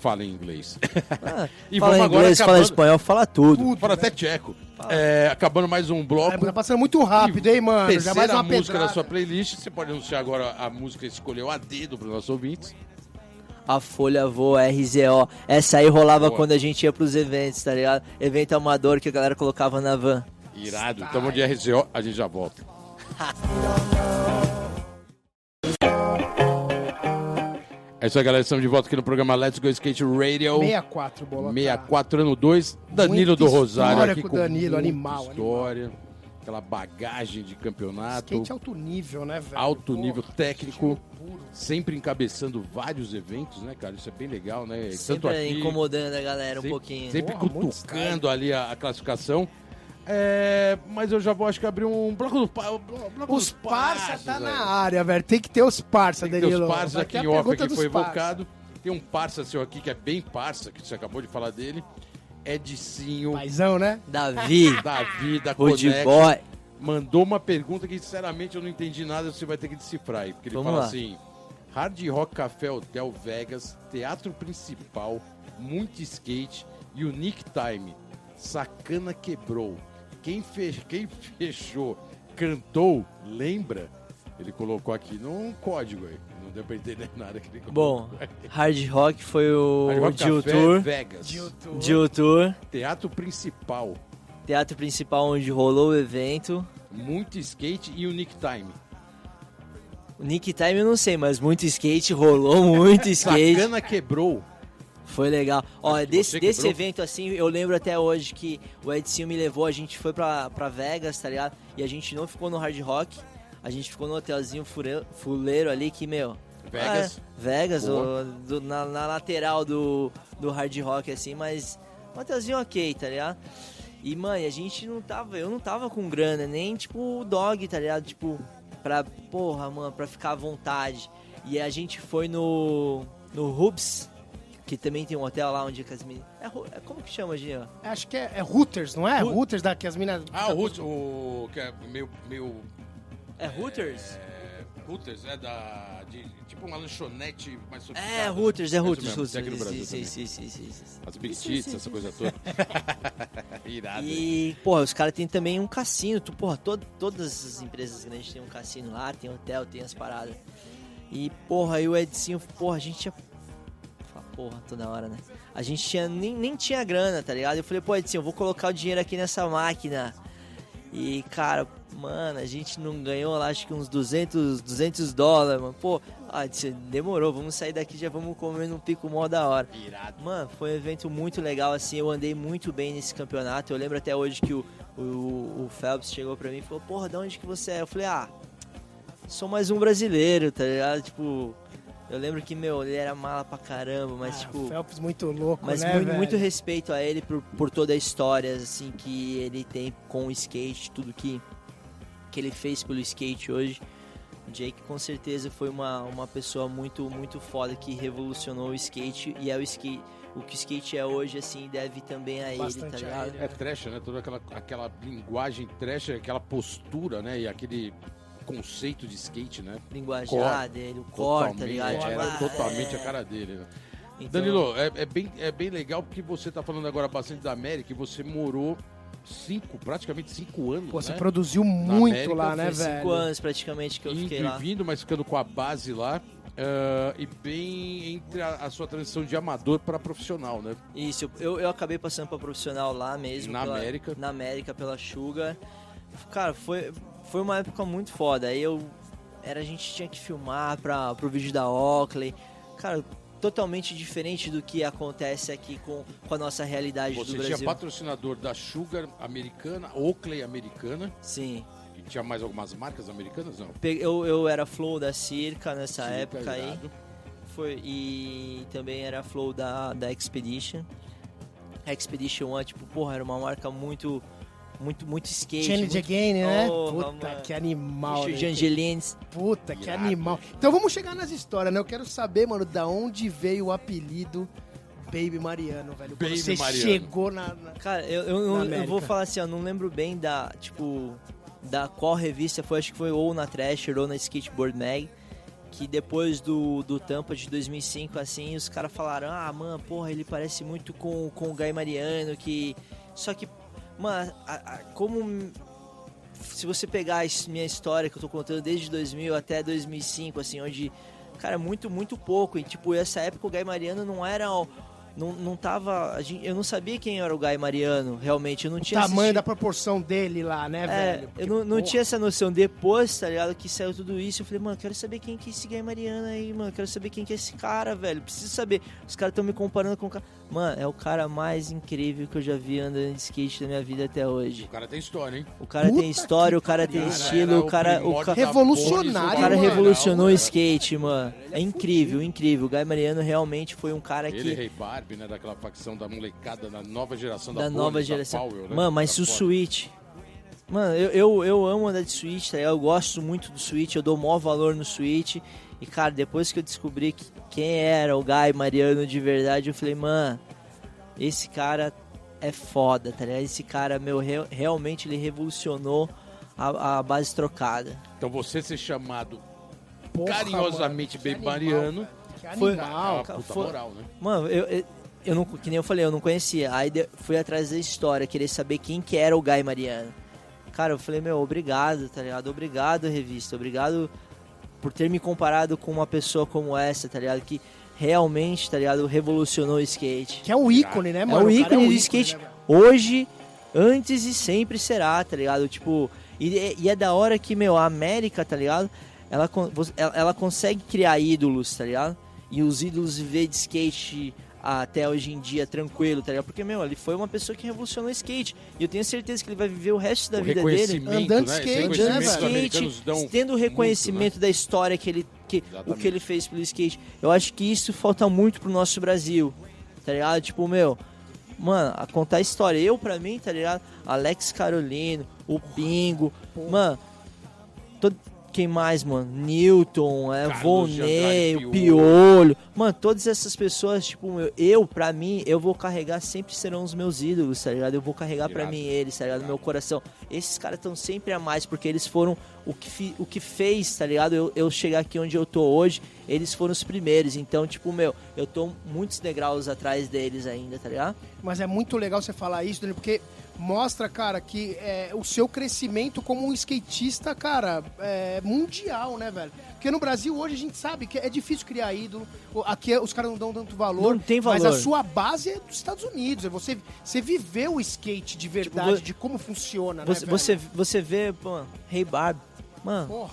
falem inglês.
<laughs> Ah,
E
fala
vamos agora
inglês, fala
acabando-
espanhol, fala tudo.
Fala até tcheco. É, acabando mais um
Ah,
bloco.
Tá passando muito rápido, hein, mano? Já
Terceira
mais uma
música da sua
pedrada.
playlist. Você pode anunciar agora a música que escolheu a dedo para os nossos ouvintes.
A Folha Voa, RZO. Essa aí rolava
Boa.
quando a gente ia pros eventos, tá ligado? Evento amador que a galera colocava na van.
Irado. Tamo de RZO, a gente já volta. É isso aí, galera. Estamos de volta aqui no programa Let's Go Skate Radio.
64, bola.
64 ano 2, Danilo
Muita
do Rosário
história
aqui
com o
com
Danilo,
muita
animal,
história, aquela bagagem de campeonato,
Skate alto nível, né, velho?
alto nível técnico,
puro.
sempre encabeçando vários eventos, né, cara? Isso é bem legal, né?
Sempre incomodando a galera um
sempre,
pouquinho.
sempre
Porra, muito
cutucando ali a, a classificação. É, mas eu já vou acho que abrir um bloco do pa- blo- bloco dos
Os parça tá
velho.
na área, velho. Tem que ter os parça,
Tem que ter
Danilo.
os parça
Vai
aqui
ter a
em off
pergunta
que
dos
foi
parça.
evocado. Tem um parça seu aqui que é bem parça, que você acabou de falar dele. Edicinho,
Paizão, né?
<laughs>
Davi,
Davi da
Rude
Conex
Boy.
mandou uma pergunta que sinceramente eu não entendi nada, você vai ter que decifrar aí, porque ele
Vamos
fala
lá.
assim: Hard Rock Café Hotel Vegas, teatro principal, muito skate e o Nick Time. Sacana quebrou. Quem, fe- quem fechou, cantou, lembra? Ele colocou aqui num código aí. Não deu pra entender <laughs> nada que ele colocou.
Bom, Hard Rock foi o
Hard Rock
Dio
Café,
Tour.
Vegas.
Dio Tour,
Teatro principal.
teatro principal onde rolou o evento.
Muito skate e unique time.
O Nick Time eu não sei, mas muito
<laughs>
skate, rolou muito skate.
Sacana quebrou.
Foi legal. Ó,
Acho que
desse,
você
desse
quebrou.
evento, assim, eu lembro até hoje que o Edinho me levou, a gente foi pra, pra Vegas, tá ligado? E a gente não ficou no Hard Rock, a gente ficou no hotelzinho fure- fuleiro ali que, meu...
Vegas.
ah, Vegas,
Boa.
o- do- na, na lateral do, do Hard Rock, assim, mas um hotelzinho ok, tá ligado? E, mãe, a gente não tava, eu não tava com grana, nem, tipo, o dog, tá ligado? Tipo, pra, porra, mano, pra ficar à vontade. E a gente foi no, no Hubs, que também tem um hotel lá onde que as meninas... É, Ru- é- como que chama, Gina?
Acho que é, é Hooters, não é?
Ru-
Hooters da que as minas.
Ah, o Ruth, o que é meu, meu
É Hooters?
é, Hooters, é da de- tipo uma lanchonete mais sofisticada. né?
É, Hooters, é
Isso
Hooters,
mesmo,
Hooters.
tem aqui no Brasil
Sim,
também.
sim, sim, sim, sim, sim.
As Big Tits, essa coisa
<laughs>
toda. Irado. hein?
E, porra, os caras têm também um cassino. Tu, porra, todo- todas as empresas grandes têm um cassino lá, tem hotel, tem as paradas. E, porra, aí o Edinho, porra, a gente tinha. Fala, Porra, toda hora, né? A gente tinha, nem, nem tinha grana, tá ligado? Eu falei, pô, Edinho, eu vou colocar o dinheiro aqui nessa máquina. E, cara, mano, a gente não ganhou lá, acho que uns 200, 200 dólares, mano. Pô, ah, Edinho, demorou, vamos sair daqui, já vamos comer num pico mó da hora.
Irado.
Mano, foi um evento muito legal, assim, eu andei muito bem nesse campeonato. Eu lembro até hoje que o, o, o Phelps chegou pra mim e falou, porra, de onde que você é? Eu falei, ah, sou mais um brasileiro, tá ligado? Tipo, eu lembro que, meu, ele era mala pra caramba, mas,
Ah,
tipo...
Phelps muito louco,
Mas
né,
muito,
velho?
muito respeito a ele por, por toda a história assim que ele tem com o skate, tudo que, que ele fez pelo skate hoje. O Jake com certeza foi uma, uma pessoa muito muito foda que revolucionou o skate e é o skate o que o skate é hoje assim deve também a ele, tá
Bastante a
ligado?
ele,
É trash, né? Toda aquela, aquela linguagem trash, aquela postura, né? E aquele conceito de skate, né?
Linguajar dele, o core, tá
Totalmente,
ligado?
é,
Tipo,
era
ah,
totalmente
é.
a cara dele, né?
Então,
Danilo, é, é bem, é bem legal porque você tá falando agora bastante da América e você morou cinco, praticamente cinco anos,
Pô, você
né?
produziu muito
América
lá, né,
fez cinco
velho?
anos praticamente que eu
Indo
fiquei
e
lá.
vindo, mas ficando com a base lá. ah, e bem entre a, a sua transição de amador para profissional, né?
Isso, eu, eu acabei passando pra profissional lá mesmo.
Na
pela-
América.
Na América, pela Sugar. Cara, foi, foi uma época muito foda. Aí eu. Era, a gente tinha que filmar pra, pro vídeo da Oakley. Cara, totalmente diferente do que acontece aqui com, com a nossa realidade
Você
do
tinha
Brasil.
patrocinador da Sugar americana, Oakley americana,
Sim.
e tinha mais algumas marcas americanas, não?
Pe- Eu, eu era Flow da Circa nessa
Sim,
época
tá
aí.
ligado.
Foi, e também era a Flow da, da Expedition. A Expedition One, tipo, porra, era uma marca muito. Muito, muito skate.
Change
muito-
Again, né?
Porra,
Puta,
mano.
que animal,
Bicho
né?
de Angelines.
Puta, que
Irado.
animal. Então vamos chegar nas histórias, né? Eu quero saber, mano, da onde veio o apelido Baby Mariano, velho. Quando
Baby
você
Mariano.
chegou na... na-
Cara, eu, eu, não-
Na
eu
América.
vou falar assim, eu não lembro bem da, tipo, da qual revista foi, acho que foi ou na Thrasher ou na Skateboard Mag, que depois do, do Tampa de 2005, assim, os caras falaram, ah, mano, porra, ele parece muito com, com o Guy Mariano, que... Só que, mano, a- a- como... Se você pegar a his- minha história que eu tô contando desde 2000 até 2005, assim, onde, cara, muito, muito pouco. E, tipo, essa época o Guy Mariano não era... o- Não, não tava... a gente- eu não sabia quem era o Guy Mariano, realmente. Eu não tinha
Tamanho
assistido-
da proporção dele lá, né,
é,
velho?
eu não, não tinha essa noção. Depois, tá ligado, que saiu tudo isso, eu falei, mano, quero saber quem que é esse Guy Mariana aí, mano. Quero saber quem que é esse cara, velho. Preciso saber. Os caras estão me comparando com o cara. Mano, é o cara mais incrível que eu já vi andando de skate na minha vida até hoje.
O cara tem história, hein?
O cara
Puta
tem história, o cara
que
tem
pariu.
estilo, o cara. O cara o
Revolucionário,
cara
mano.
revolucionou o
o
skate, mano. É incrível, incrível. O Guy Mariano realmente foi um cara que.
Ele, Ray Barbie, né? Daquela facção da molecada, da nova geração da,
da
Bonnie,
nova
da
geração.
Powell, né?
Mano, mas
Tá
se o
foda.
Switch. Mano, eu, eu, eu amo andar de Switch, tá ligado? Eu gosto muito do Switch, eu dou maior valor no Switch. E, cara, depois que eu descobri que, quem era o Guy Mariano de verdade, eu falei, mano, esse cara é foda, tá ligado? Esse cara, meu, re- realmente ele revolucionou a, a base trocada.
Então você ser chamado
Porra,
carinhosamente
mano,
Baby
que animal,
Mariano.
velho. Que
Foi-
Ah,
animal.
uma puta
foi-
moral, né?
Mano, eu, eu, eu não, que nem eu falei, eu não conhecia. Aí de- fui atrás da história, querer saber quem que era o Guy Mariano. Cara, eu falei, meu, obrigado, tá ligado? Obrigado, revista. Obrigado por ter me comparado com uma pessoa como essa, tá ligado? Que realmente, tá ligado? Revolucionou o skate.
Que é o ícone, né,
É
mano?
o
cara
ícone do skate
né, velho?
hoje, antes e sempre será, tá ligado? Tipo, e, e é da hora que, meu, a América, tá ligado? Ela, con- vo- ela, ela consegue criar ídolos, tá ligado? E os ídolos viver de skate até hoje em dia tranquilo, tá ligado? Porque, meu, ele foi uma pessoa que revolucionou o skate. E eu tenho certeza que ele vai viver o resto da
o
vida dele
reconhecimento,
andando
né?
skate,
Esse
né,
reconhecimento
andando de
que
velho?
os americanos dão né?
skate, tendo o reconhecimento da história que ele que, o
Exatamente.
que ele fez pelo skate. Eu acho que isso falta muito pro nosso Brasil. Tá ligado? Tipo, meu, mano, a contar história eu pra mim, tá ligado? Alex Carolino, o Pingo, mano, todo quem mais, mano? Newton, é,
Carlos de
Volney,
Andrade Piolho.
o Piolho. Mano, todas essas pessoas, tipo, meu, eu, pra mim, eu vou carregar, sempre serão os meus ídolos, tá ligado? Eu vou carregar pra
Irado.
mim eles, tá ligado? Meu coração. Esses caras estão sempre a mais, porque eles foram o que, fi- o que fez, tá ligado? Eu, eu chegar aqui onde eu tô hoje, eles foram os primeiros. Então, tipo, meu, eu tô muitos degraus atrás deles ainda, tá ligado?
Mas é muito legal você falar isso, Danilo, porque mostra, cara, que é, o seu crescimento como um skatista, cara, é mundial, né, velho? Porque no Brasil hoje a gente sabe que é difícil criar ídolo. o- Aqui os caras não dão tanto valor.
Não tem
Mas
valor.
a sua base é dos Estados Unidos. é Você, você viveu o skate de verdade,
Tipo, vo-
de como funciona,
Você,
né, velho?
você, você vê, mano, Rei Barb, mano,
Porra,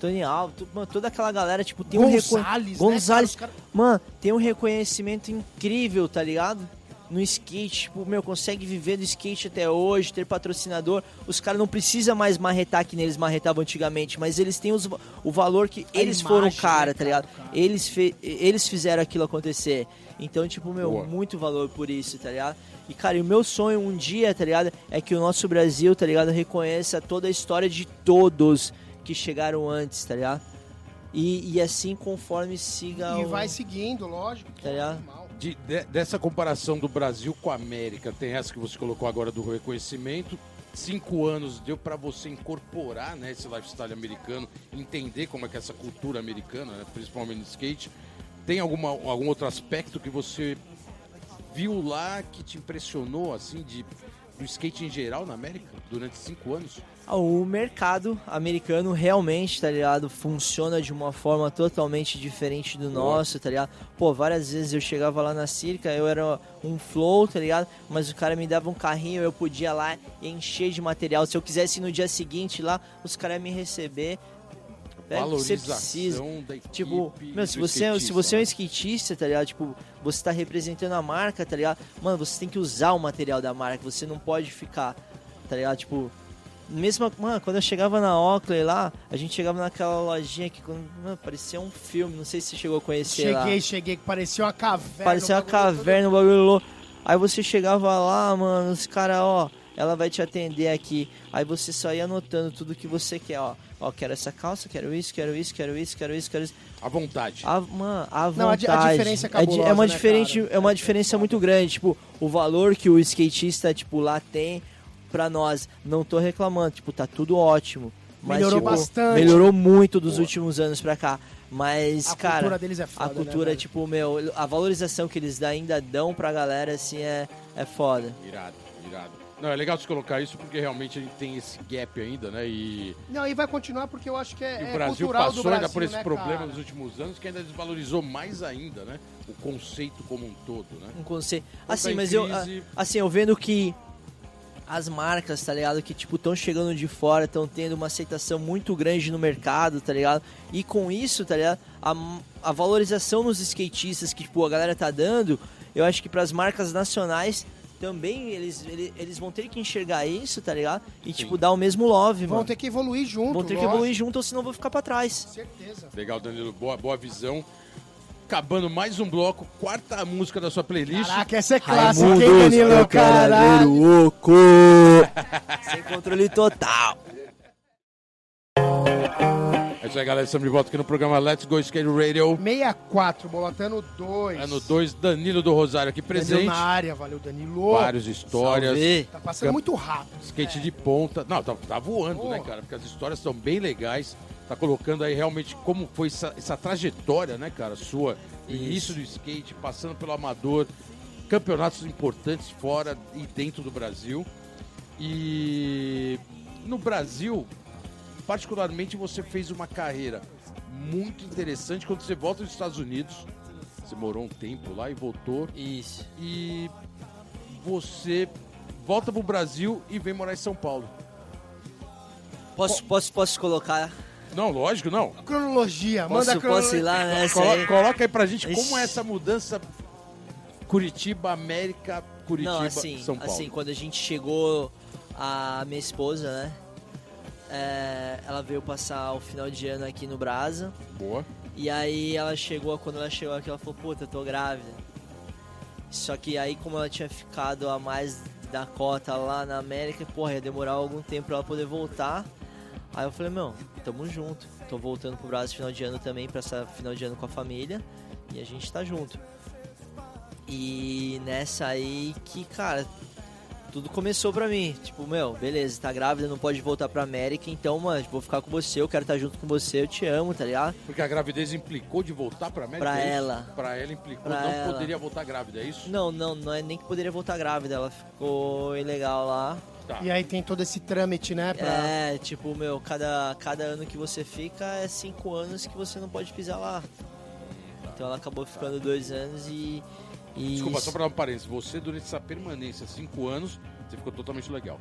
Tony Alto, mano, toda aquela galera, tipo, tem um recon...
Gonzalez, né,
Gonzalez,
cara? Os
mano, tem um reconhecimento incrível, tá ligado? No skate, tipo, meu, consegue viver do skate até hoje, ter patrocinador. Os caras não precisam mais marretar que neles marretavam antigamente, mas eles têm os, va- o valor que
A
eles
imagem,
foram o
né,
cara, tá ligado?
cara, cara.
Eles, fe- eles fizeram aquilo acontecer. Então, tipo, meu,
Boa.
muito valor por isso, tá ligado? E, cara, e o meu sonho um dia, tá ligado? É que o nosso Brasil, tá ligado? Reconheça toda a história de todos que chegaram antes, tá ligado? E, e assim conforme siga
E
o...
vai seguindo, lógico.
Então, Tá ligado?
normal.
de- de- dessa comparação do Brasil com a América, tem essa que você colocou agora do reconhecimento. Cinco anos deu para você incorporar né, esse lifestyle americano, entender como é que é essa cultura americana, né, principalmente no skate. Tem alguma, algum outro aspecto que você viu lá que te impressionou, assim, de, do skate em geral na América, durante cinco anos?
Ah, O mercado americano realmente, tá ligado? Funciona de uma forma totalmente diferente do nosso, tá ligado? Pô, várias vezes eu chegava lá na circa, eu era um flow, tá ligado? Mas o cara me dava um carrinho, eu podia lá encher de material. Se eu quisesse ir no dia seguinte lá, os caras iam me receber. Pega o que você precisa.
da equipe.
Tipo, meu, se
do
você, é- se
skatista,
você é um
né?
skatista, tá ligado? Tipo, você tá representando a marca, tá ligado? Mano, você tem que usar o material da marca, você não pode ficar, tá ligado? Tipo, mesmo, mano, quando eu chegava na Oakley lá, a gente chegava naquela lojinha que quando, mano, parecia um filme, não sei se você chegou a conhecer lá.
Cheguei, cheguei, que parecia uma caverna.
Parecia uma
o bagulho todo-
caverna, um bagulho louco. Aí você chegava lá, mano, os caras, ó, ela vai te atender aqui. Aí você só ia anotando tudo que você quer, ó. Ó, quero essa calça, quero isso, quero isso, quero isso, quero isso, quero isso.
À vontade.
A, mano, a vontade.
Não, a di- a diferença é
di-
cabulosa,
é uma
né,
diferente,
cara?
é uma diferença muito grande, tipo, o valor que o skatista tipo lá tem pra nós. Não tô reclamando, tipo, tá tudo ótimo. Mas,
Melhorou
tipo,
bastante.
Melhorou muito dos últimos anos pra cá. Mas,
A
cara,
cultura deles é foda,
a cultura,
né, velho?
tipo, meu, a valorização que eles ainda dão pra galera, assim, é, é foda.
Irado, irado. Não, é legal você colocar isso porque realmente a gente tem esse gap ainda, né? E,
Não, e vai continuar porque eu acho que é,
e
é
o Brasil
cultural
passou
do Brasil,
ainda por esse
né,
problema
cara?
nos últimos anos que ainda desvalorizou mais ainda, né? O conceito como um todo, né?
um conceito.
Quando tá
Assim,
em
mas eu.
crise-
a- Assim, eu vendo que as marcas, tá ligado? Que, tipo, estão chegando de fora, estão tendo uma aceitação muito grande no mercado, tá ligado? E com isso, tá ligado? A, a valorização nos skatistas que, tipo, a galera tá dando, eu acho que pras marcas nacionais. Também eles, ele- eles, vão ter que enxergar isso, tá ligado? E, tipo, dar o mesmo love,
Vão
mano.
ter que evoluir junto,
Vão ter que
lógico.
evoluir junto, ou senão vou ficar pra trás.
Certeza.
Legal, Danilo, boa, boa visão. Acabando mais um bloco, quarta música da sua playlist.
Caraca, essa é clássica, hein,
Raimundos,
Danilo?
meu
Caralho.
louco! Sem controle total.
É isso aí, galera. Estamos de volta aqui no programa Let's Go Skate Radio.
64, Bolatano 2.
Ano 2, Danilo do Rosário aqui
Danilo
presente.
na área, valeu, Danilo.
Várias histórias.
Salve.
Tá passando muito rápido.
Skate de ponta. Não, tá, tá voando, né, cara? Porque as histórias são bem legais. Tá colocando aí realmente como foi essa, essa trajetória, né, cara? Sua. Início do skate, passando pelo amador, campeonatos importantes fora e dentro do Brasil. E no Brasil, particularmente, você fez uma carreira muito interessante quando você volta dos Estados Unidos. Você morou um tempo lá e voltou.
Isso.
E você volta pro Brasil e vem morar em São Paulo.
Posso, posso, posso colocar?
Não, lógico, não.
Cronologia, manda a
Posso,
cronologia.
posso ir lá né? nessa
Colo-
aí?
coloca aí pra gente como
Ixi.
é essa mudança Curitiba, América, Curitiba,
Não, assim,
São Paulo.
assim, quando a gente chegou, a minha esposa, né? é, ela veio passar o final de ano aqui no Brasa.
Boa.
E aí ela chegou, quando ela chegou aqui, ela falou, puta, eu tô grávida. Só que aí como ela tinha ficado a mais da cota lá na América, porra, ia demorar algum tempo pra ela poder voltar. Aí eu falei, meu, tamo junto. Tô voltando pro Brasil final de ano também, pra essa final de ano com a família. E a gente tá junto. E nessa aí que, cara, tudo começou pra mim. Tipo, meu, beleza, tá grávida, não pode voltar pra América, então, mano, vou ficar com você, eu quero estar junto com você, eu te amo, tá ligado?
Porque a gravidez implicou de voltar pra América?
Pra
é isso?
ela.
Pra ela implicou,
Pra
não
ela.
poderia voltar grávida, é isso?
Não, não, não é nem que poderia voltar grávida, ela ficou ilegal lá.
Tá.
E aí tem todo esse trâmite, né? Pra...
É, tipo, meu, cada, cada ano que você fica é cinco anos que você não pode pisar lá. Então ela acabou ficando dois anos e. e-
Desculpa, só pra dar um parênteses. Você, durante essa permanência, cinco anos, você ficou totalmente legal.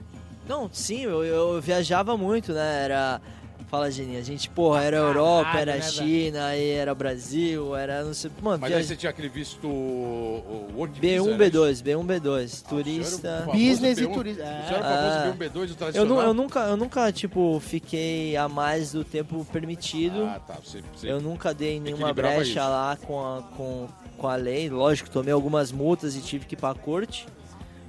Não, sim, eu, eu viajava muito, né? Era. Fala, Geninha, a gente, porra, era Europa,
Caralho,
era
né, velho?
China, aí era Brasil, era não sei. Mano,
Mas aí
viaja-
você tinha aquele visto o Work Visa, né?
B1,
era isso?
B2, B1, B2,
Ah, o senhor era o
turista.
famoso
Business e
B1.
turismo.
O senhor
É.
era o famoso
É.
B1, B2, o
Eu, nu-
tradicional?
eu nunca, eu nunca, tipo, fiquei a mais do tempo permitido.
Ah, tá. Você, você...
Eu nunca dei nenhuma
Equilibrava
brecha
isso.
lá com a, com, com a lei. Lógico, tomei algumas multas e tive que ir pra corte.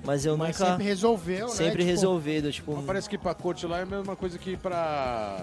Mas eu
Mas
nunca.
sempre
Sempre,
resolveu, né? Tipo,
resolvido. Tipo,
Mas parece que pra corte lá é a mesma coisa que pra...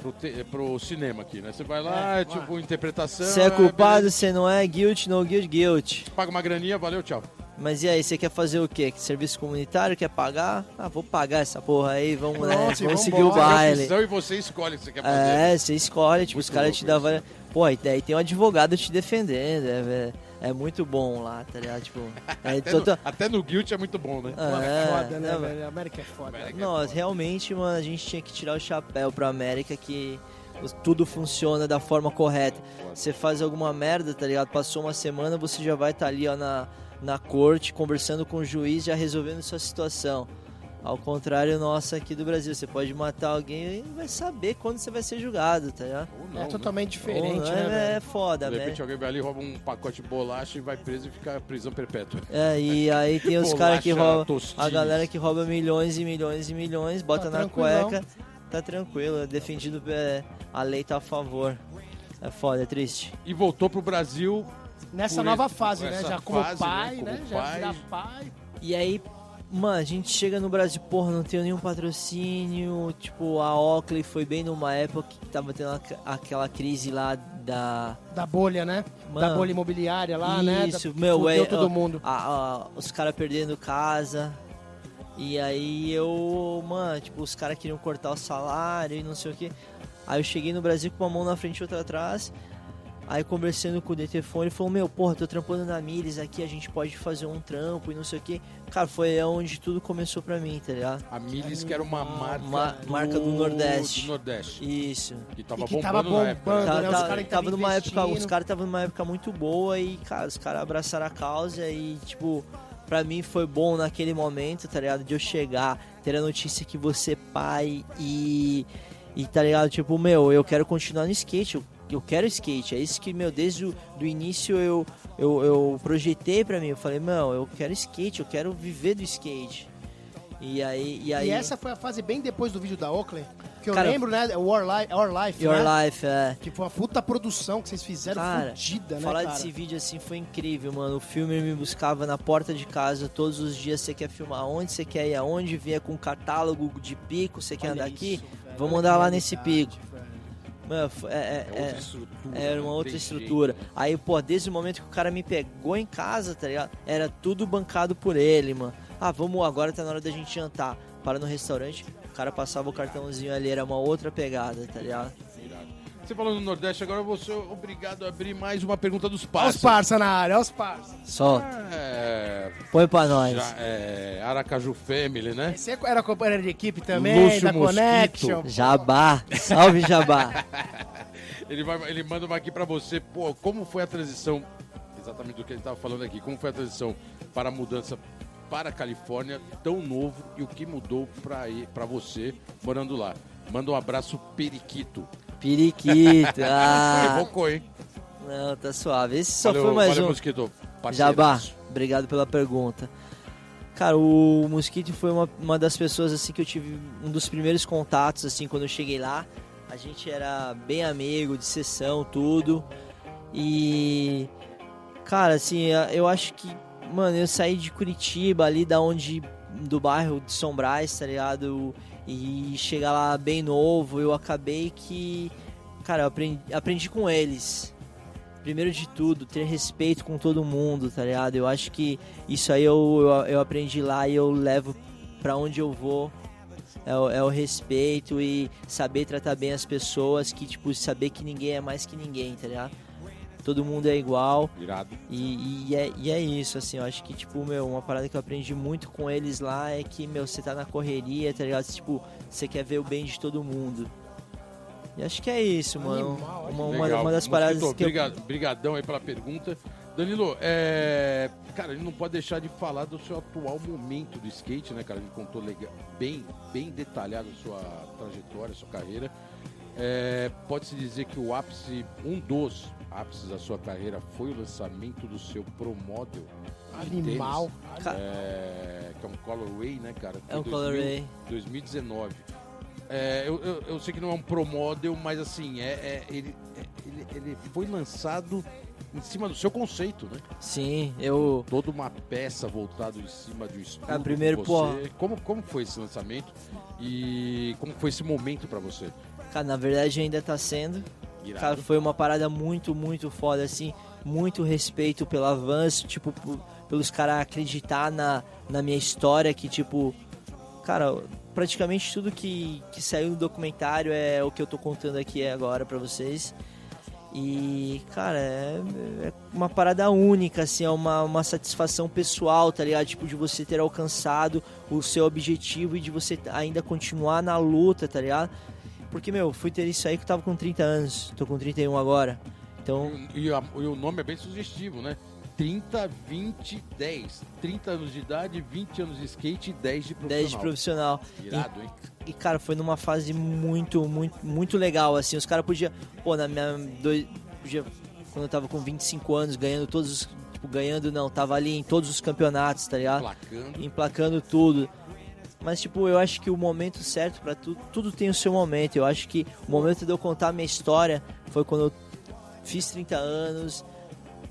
Pro, te- pro cinema aqui, né? Você vai lá,
É,
é, tipo, interpretação...
você é
beleza,
culpado, você não é, guilt, no guilt, guilt.
Paga uma graninha, valeu, tchau.
Mas e aí, você quer fazer o quê? Que Serviço comunitário? Quer pagar? Ah, vou pagar essa porra aí, vamos
Pronto,
nessa,
e
vamos seguir
vambora.
o baile.
Opção e você escolhe o que você quer fazer.
É, você escolhe, tipo, os
Muito
caras
louco
te dão
isso.
várias. Pô, e daí tem um advogado te defendendo, é, é, é muito bom lá, tá ligado? Tipo, é
Até,
total-
no, até no Guilt é muito bom, né?
Pô, é
É,
foda, né,
não,
velho? A América é foda.
América.
Nossa, realmente, mano, a gente tinha que tirar o chapéu pra América que os- tudo funciona da forma correta. Você faz alguma merda, tá ligado? Passou uma semana, você já vai estar ali, ó, na, na corte, conversando com o juiz, já resolvendo sua situação. Ao contrário nosso aqui do Brasil, você pode matar alguém e vai saber quando você vai ser julgado, tá ligado?
Ou
É
não, né?
totalmente diferente,
Ou,
né,
é,
velho?
é foda,
De
né?
repente alguém vai ali, rouba um pacote de bolacha e vai preso e fica prisão perpétua.
É, e aí tem os
Bolacha,
caras que roubam.
tostinhas.
A galera que rouba milhões e milhões e milhões, bota
Tá
na
tranquilão.
cueca, tá tranquilo, é defendido, é, a lei tá a favor. É foda, é triste.
E voltou pro Brasil.
Nessa
Por
nova
essa-
fase, né?
essa
Já como
fase, né?
pai,
Como
né?
pai.
Já virar pai.
E aí, mano, a gente chega no Brasil, porra, não tenho nenhum patrocínio. Tipo, a Oakley foi bem numa época que tava tendo aqu- aquela crise lá da.
Da bolha, né? Da
Mano,
bolha imobiliária lá, né? Da-
Isso, meu,
fudeu
é,
todo
ó,
mundo.
a- a- os caras perdendo casa. E aí eu, mano, tipo, os caras queriam cortar o salário e não sei o que. Aí eu cheguei no Brasil com uma mão na frente e outra atrás. Aí conversando com o Detefone, ele falou, meu, porra, tô trampando na Miles aqui, a gente pode fazer um trampo e não sei o que. Cara, foi onde tudo começou pra mim, tá ligado?
A Milis, que era uma marca,
ma-
do...
marca do Nordeste.
do Nordeste,
Isso.
Que tava
E que
bombando,
tava
na época.
bombando.
né?
Tá-
né? Os
tá-
caras que
tava
tavam
numa época,
investindo.
os caras estavam numa época muito boa e, cara, os caras abraçaram a causa e, tipo, pra mim foi bom naquele momento, tá ligado? De eu chegar, ter a notícia que você é pai e. E tá ligado? Tipo, meu, eu quero continuar no skate, eu, eu quero skate. É isso que, meu, desde o do início eu, eu, eu projetei pra mim. Eu falei, meu, eu quero skate, eu quero viver do skate. E aí. E, aí,
E essa foi a fase bem depois do vídeo da Oakley. Que eu
Cara,
lembro, né? War Life, Our Life,
Your
né?
Life, é.
Que foi uma puta produção que vocês fizeram
Cara,
fudida, né,
Falar
cara?
desse vídeo assim foi incrível, mano. O filme me buscava na porta de casa todos os dias. Você quer filmar onde? Você quer ir aonde? Vinha com um catálogo de pico. Você quer
Olha
andar
isso,
aqui?
velho,
Vamos
olha
andar
que
lá nesse
realidade,
pico.
velho.
Mano, foi- é-
É
é-
outra
é-
estrutura.
era
não
uma outra
tem jeito.
estrutura. Aí, pô, desde o momento que o cara me pegou em casa, tá ligado? Era tudo bancado por ele, mano. Ah, vamos, agora tá na hora da gente jantar. Para no restaurante, o cara passava o cartãozinho ali, era uma outra pegada, tá ligado?
Irado. Você falou no Nordeste, agora eu vou ser obrigado a abrir mais uma pergunta dos
Olha os
parceiros.
parça na área, olha os parça.
Solta.
É,
Põe pra nós.
já- é, Aracaju Family, né?
Você era companheiro de equipe também,
Lúcio
da
Mosquito.
Connection.
Jabá. Salve, Jabá.
Ele, vai, ele manda uma aqui pra você. Pô, como foi a transição, exatamente do que ele tava falando aqui, como foi a transição para a mudança para a Califórnia, tão novo, e o que mudou pra, e- pra você morando lá? Manda um abraço periquito.
Periquito.
Ah.
Ah,
Evocou, hein?
não, tá suave. Esse só
Valeu-
foi mais
valeu,
um.
Mosquito. Parceiraço.
Jabá, obrigado pela pergunta. Cara, o Mosquito foi uma, uma das pessoas assim que eu tive um dos primeiros contatos assim quando eu cheguei lá. A gente era bem amigo de sessão, tudo. E cara, assim, a- eu acho que mano, eu saí de Curitiba ali da onde do bairro de São Brás, tá ligado? E chegar lá bem novo, eu acabei que cara, eu aprendi, aprendi com eles primeiro de tudo, ter respeito com todo mundo, tá ligado? Eu acho que isso aí eu, eu, eu aprendi lá e eu levo pra onde eu vou. É o, é o respeito e saber tratar bem as pessoas, que, tipo, saber que ninguém é mais que ninguém, tá ligado? Todo mundo é igual
Irado.
e, e é, e é isso, assim, eu acho que, tipo, meu, uma parada que eu aprendi muito com eles lá é que, meu, você tá na correria, tá ligado? Tipo, você quer ver o bem de todo mundo. E acho que é isso, mano.
Animal,
Uma, uma-
Legal.
uma das
Mosquito,
paradas que eu
obrigado, Brigadão aí pela pergunta. Danilo, é, cara, a gente não pode deixar de falar do seu atual momento do skate, né, cara? A gente contou legal- bem, bem detalhado a sua trajetória, a sua carreira. É, Pode-se dizer que o ápice, um dos ápices da sua carreira foi o lançamento do seu Pro Model. de
Animal.
Ca-
É, que é um colorway, né, cara?
É um
Foi
colorway.
2019. É, eu, eu, eu sei que não é um pro model, mas assim, é, é- ele, é- ele, ele foi lançado em cima do seu conceito, né?
Sim, eu.
Toda uma peça voltada em cima de um estudo.
Ah, primeiro,
de você. Como, como foi esse lançamento e como foi esse momento pra você?
Cara, na verdade ainda tá sendo. Cara,
Irado.
foi uma parada muito, muito foda, assim. Muito respeito pelo avanço, tipo, p- pelos caras acreditar na, na minha história, que, tipo. Cara, praticamente tudo que, que saiu no documentário é o que eu tô contando aqui agora pra vocês. E, cara, é, é uma parada única, assim, é uma, uma satisfação pessoal, tá ligado? Tipo, de você ter alcançado o seu objetivo e de você ainda continuar na luta, tá ligado? Porque, meu, fui ter isso aí que eu tava com 30 anos, tô com 31 agora. Então,
E, a- e o nome é bem sugestivo, né? 30, 20, 10. 30 anos de idade, 20 anos de skate e 10 de profissional.
10 de profissional.
Irado, hein?
E, cara, foi numa fase muito, muito, muito legal, assim. Os caras podiam, pô, na minha. Dois, podia, quando eu tava com 25 anos, ganhando todos os. Tipo, ganhando não, tava ali em todos os campeonatos, tá ligado?
Placando.
emplacando tudo. Mas, tipo, eu acho que o momento certo para tudo, tudo tem o seu momento. Eu acho que o momento de eu contar a minha história foi quando eu fiz 30 anos,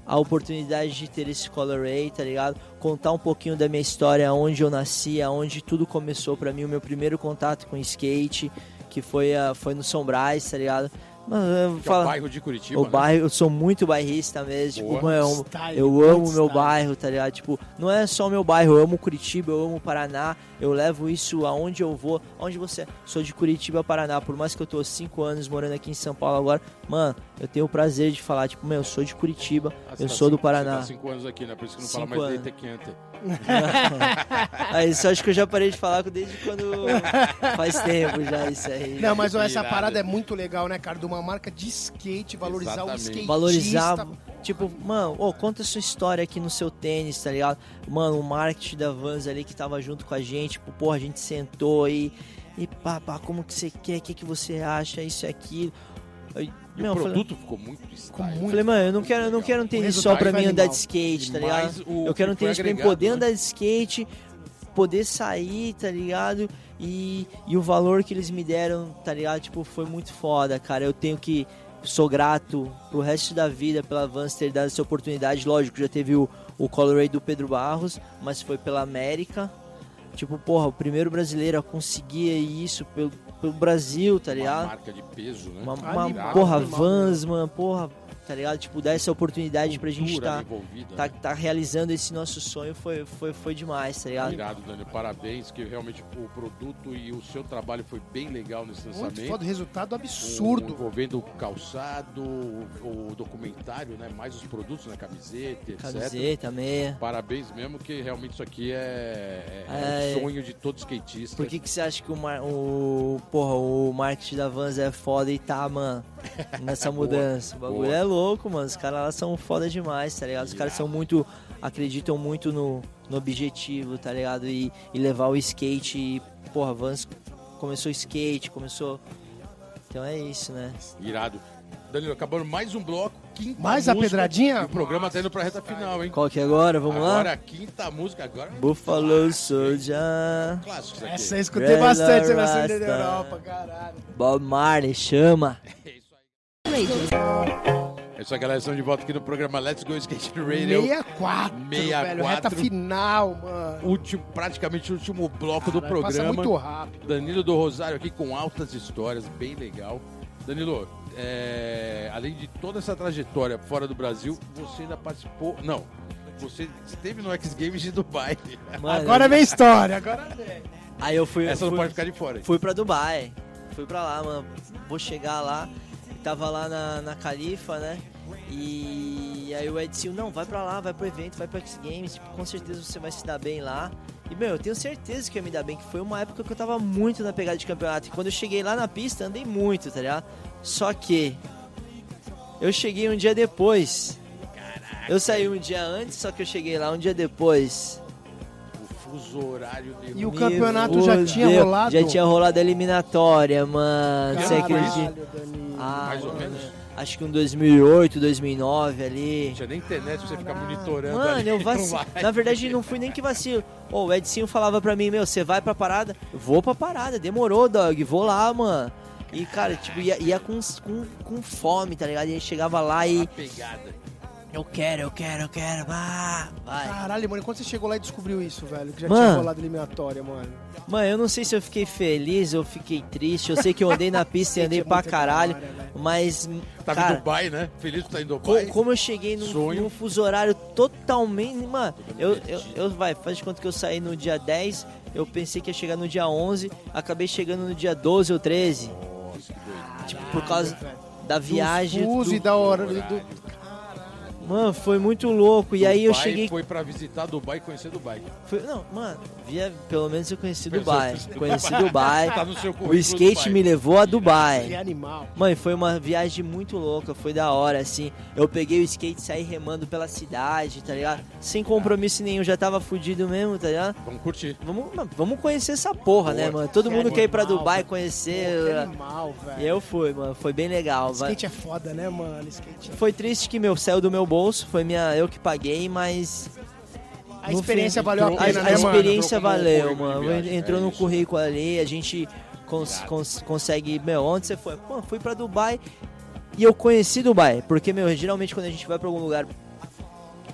a oportunidade de ter esse colorway, tá ligado? Contar um pouquinho da minha história, onde eu nasci, aonde tudo começou pra mim, o meu primeiro contato com skate, que foi, a, foi no São Brás, tá ligado? Mas eu vou
Que é o
falar,
bairro de Curitiba.
o
né?
bairro, eu sou muito bairrista mesmo, tipo,
Boa.
é um-
Style,
eu
muito
amo o meu
style.
bairro, tá ligado? Tipo, não é só o meu bairro, eu amo Curitiba, eu amo Paraná, eu levo isso aonde eu vou, aonde você. é. Sou de Curitiba, Paraná, por mais que eu tô cinco anos morando aqui em São Paulo agora, mano, eu tenho o prazer de falar, tipo, meu, eu sou de Curitiba,
Ah, você
eu
tá
sou do
cinco- Você
Paraná.
tá cinco anos aqui, né? Por isso que não fala
Cinco
mais
anos.
Deita Quente.
Aí isso acho que eu já parei de falar desde
<laughs>
quando. faz tempo já, isso aí.
Não, mas ó, essa
Irado.
parada é muito legal, né, cara? De uma marca de skate, valorizar o
Exatamente.
skate.
valorizar. Tipo, mano, ô, conta a sua história aqui no seu tênis, tá ligado? Mano, o marketing da Vans ali que tava junto com a gente, tipo, porra, a gente sentou e. E pá, pá, como que você quer? O que, que você acha? Isso e aquilo. Aí,
E
meu,
o
eu falei,
produto ficou muito style. né?
muito
falei, mano, eu não quero, eu não
legal.
quero um tênis
O
só pra
resultado
mim
é
andar de
animal.
skate, tá
E mais
ligado?
o
Eu quero um
que foi
tênis pra mim
agregado,
poder
né?
andar de skate, poder sair, tá ligado? E, e o valor que eles me deram, tá ligado? Tipo, foi muito foda, cara. Eu tenho que. Sou grato pro resto da vida pela Vans ter dado essa oportunidade. Lógico, já teve o, o Colorway do Pedro Barros, mas foi pela América. Tipo, porra, o primeiro brasileiro a conseguir isso pelo, pelo Brasil, tá
Uma
ligado?
marca né? de peso, né?
Uma, uma
Irado.
porra,
animal,
Vans, mano, porra, tá ligado? Tipo, dar essa oportunidade pra gente
Cultura
tá,
envolvida,
tá,
né?
tá realizando esse nosso sonho foi, foi, foi demais, tá ligado?
Irado, Dani, parabéns, que realmente o produto e o seu trabalho foi bem legal nesse
Muito
lançamento.
foda, resultado
O-
absurdo.
Envolvendo o calçado, o, o documentário, né? Mais os produtos, né? Camiseta, etc.
Camiseta, meia.
Parabéns mesmo, que realmente isso aqui é, é,
É.
o sonho de todo skatista.
Por que, que você acha que o, mar, o, porra, o marketing da Vans é foda e tá, mano?
<laughs>
Nessa
Boa,
mudança. O bagulho
boa.
é louco, mano. Os caras lá são foda demais, tá ligado? Os caras são muito. acreditam muito no, no objetivo, tá ligado? E, e levar o skate. E, porra, a Vans começou skate, começou. Então é isso, né?
Irado. Danilo, acabando mais um bloco, quinta
Mais a
música,
pedradinha?
E o programa tá indo pra reta final, hein?
Qual que é agora? Vamos
agora
lá?
a quinta música, agora é
Buffalo Soldier.
clássico isso aqui.
Essa eu escutei
Grela
bastante na cena da
Rasta.
Europa, caralho.
Bob Marley, chama.
É isso aí. É isso aí, galera. Estamos de volta aqui no programa Let's Go Skate Radio.
64, velho.
64.
Reta final, mano.
Último, praticamente o último bloco do
Caralho, Passa muito
programa.
rápido.
Danilo do Rosário aqui com altas histórias, bem legal. Danilo, é, além de toda essa trajetória fora do Brasil, você ainda participou. Não, você esteve no X Games de Dubai.
Mano,
Agora vem história, agora vem.
Aí eu fui.
Essa
fui,
não pode ficar de fora. hein?
Fui pra Dubai. Fui pra lá, mano. Vou chegar lá. Tava lá na, na Califa, né? E aí o Edson, não, vai pra lá, vai pro evento, vai pro X Games. tipo, com certeza você vai se dar bem lá. E, meu, eu tenho certeza que eu ia me dar bem, que foi uma época que eu tava muito na pegada de campeonato. E quando eu cheguei lá na pista, andei muito, tá ligado? Só que. Eu cheguei um dia depois. Eu saí um dia antes, só que eu cheguei lá um dia depois.
O fuso horário de.
E o
Meu
campeonato já
Deus,
tinha rolado?
Já tinha rolado a eliminatória, mano. Você
Caralho.
acredita?
Danilo.
Ah,
Mais ou
mano,
menos.
Acho que um 2008, 2009 ali.
Não tinha nem internet pra você ficar monitorando.
Ah, Mano,
ali. <laughs>
eu
Não
vacilo.
vai.
Na
<laughs>
verdade, não fui nem que vacilo. Ô, o Edinho falava pra mim, meu, você vai pra parada? Vou pra parada, demorou, dog, vou lá, mano. E, cara, tipo, ia, ia com, com, com fome, tá ligado? E aí chegava lá
A
e...
Tá pegada.
Eu quero, eu quero, eu quero, vá, vai.
Caralho, mano, quando você chegou lá e descobriu isso, velho? Que já
Mano.
tinha rolado eliminatória, mano.
Mano, eu não sei se eu fiquei feliz ou fiquei triste. Eu sei que eu andei na pista e andei
Gente, é
pra
muito da hora,
caralho.
velho.
Mas,
Tá em
cara,
Dubai, né? Feliz que tá em
co-
Dubai.
como eu cheguei num,
Sonho.
num fuso horário totalmente. Mano, eu, eu,
perdido.
eu- vai, faz de conta que eu saí no dia 10, eu pensei que ia chegar no dia 11, acabei chegando no dia 12 ou 13.
Nossa, que doido.
Tipo, por causa
velho.
da viagem.
Dos fusos
do-
e da hora. do-
horário.
do-
Mano, foi muito louco. E aí eu
Dubai
cheguei.
Foi pra visitar Dubai e conhecer Dubai.
Foi, não, mano, via, pelo menos eu conheci
Pelo <laughs>
Dubai.
menos eu conheci
Conheci Dubai.
Tá no seu currículo
O skate
Dubai.
me levou a Dubai.
Que animal.
Mãe, foi uma viagem muito louca, foi da hora, assim. Eu peguei o skate e saí remando pela cidade, tá ligado? Sem compromisso nenhum, já tava fudido mesmo, tá ligado?
Vamos curtir.
Vamos, mano, vamos conhecer essa porra, né, mano? Todo
Que
mundo quer ir pra
animal,
Dubai
velho.
conhecer.
Pô, que
né?
animal, velho.
E eu fui, mano, foi bem legal. vai.
Skate é foda, né, mano? Skate é...
Foi triste que meu saiu do meu bolso, foi minha, eu que paguei, mas
A
No
experiência
fim,
valeu a
entrou-
a,
pena,
a
né, mano?
experiência
Entrou como
valeu,
currículo de
mano.
viagem,
Entrou
é
no
isso.
currículo ali, a gente cons- cons- consegue. Meu, onde você foi? Pô, fui pra Dubai e eu conheci Dubai. Porque, meu, geralmente quando a gente vai pra algum lugar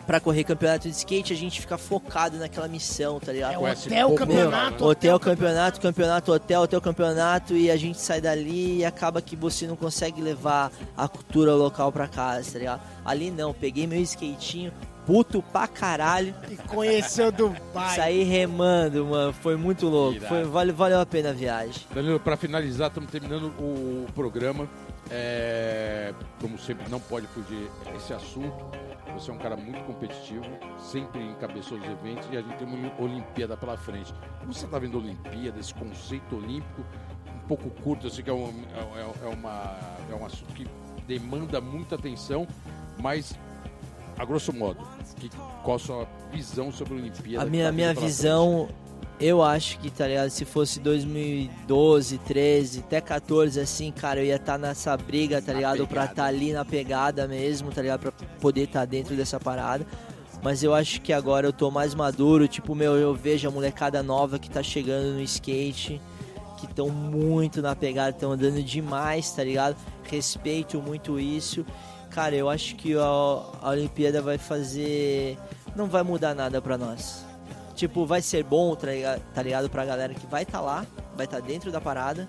pra correr campeonato de skate, a gente fica focado naquela missão, tá ligado?
É
Conhece
hotel,
pouco,
Meu,
campeonato,
hotel, campeonato, campeonato, hotel, hotel, campeonato e a gente sai dali e acaba que você não consegue levar a cultura local pra casa, tá ligado? Ali não, peguei meu skatinho, puto pra caralho,
E conheceu Dubai.
Saí remando, mano. Foi muito louco.
Irado.
Foi, vale, valeu a pena a viagem.
Danilo, para finalizar, estamos terminando o programa. É, como sempre, não pode fugir esse assunto. Você é um cara muito competitivo, sempre encabeçou os eventos e a gente tem uma Olimpíada pela frente. Como você está vendo a Olimpíada, esse conceito olímpico, um pouco curto, eu sei que é um, é, é uma, é um assunto que demanda muita atenção, mas a grosso modo, que, qual a sua visão sobre a Olimpíada?
A
que
minha,
tá vindo
minha
pela
visão, Então, eu acho que, tá ligado? Se fosse 2012, 13, até 14, assim, cara, eu ia estar nessa briga, tá
Na
ligado? Pra
pegada.
estar ali na pegada mesmo, tá ligado? Pra poder estar dentro dessa parada. Mas eu acho que agora eu tô mais maduro. Tipo, meu, eu vejo a molecada nova que tá chegando no skate. Que estão muito na pegada, estão andando demais, tá ligado? Respeito muito isso. Cara, eu acho que a, a Olimpíada vai fazer. Não vai mudar nada pra nós. Tipo, vai ser bom, tá ligado? Tá ligado pra galera que vai tá lá, vai tá dentro da parada.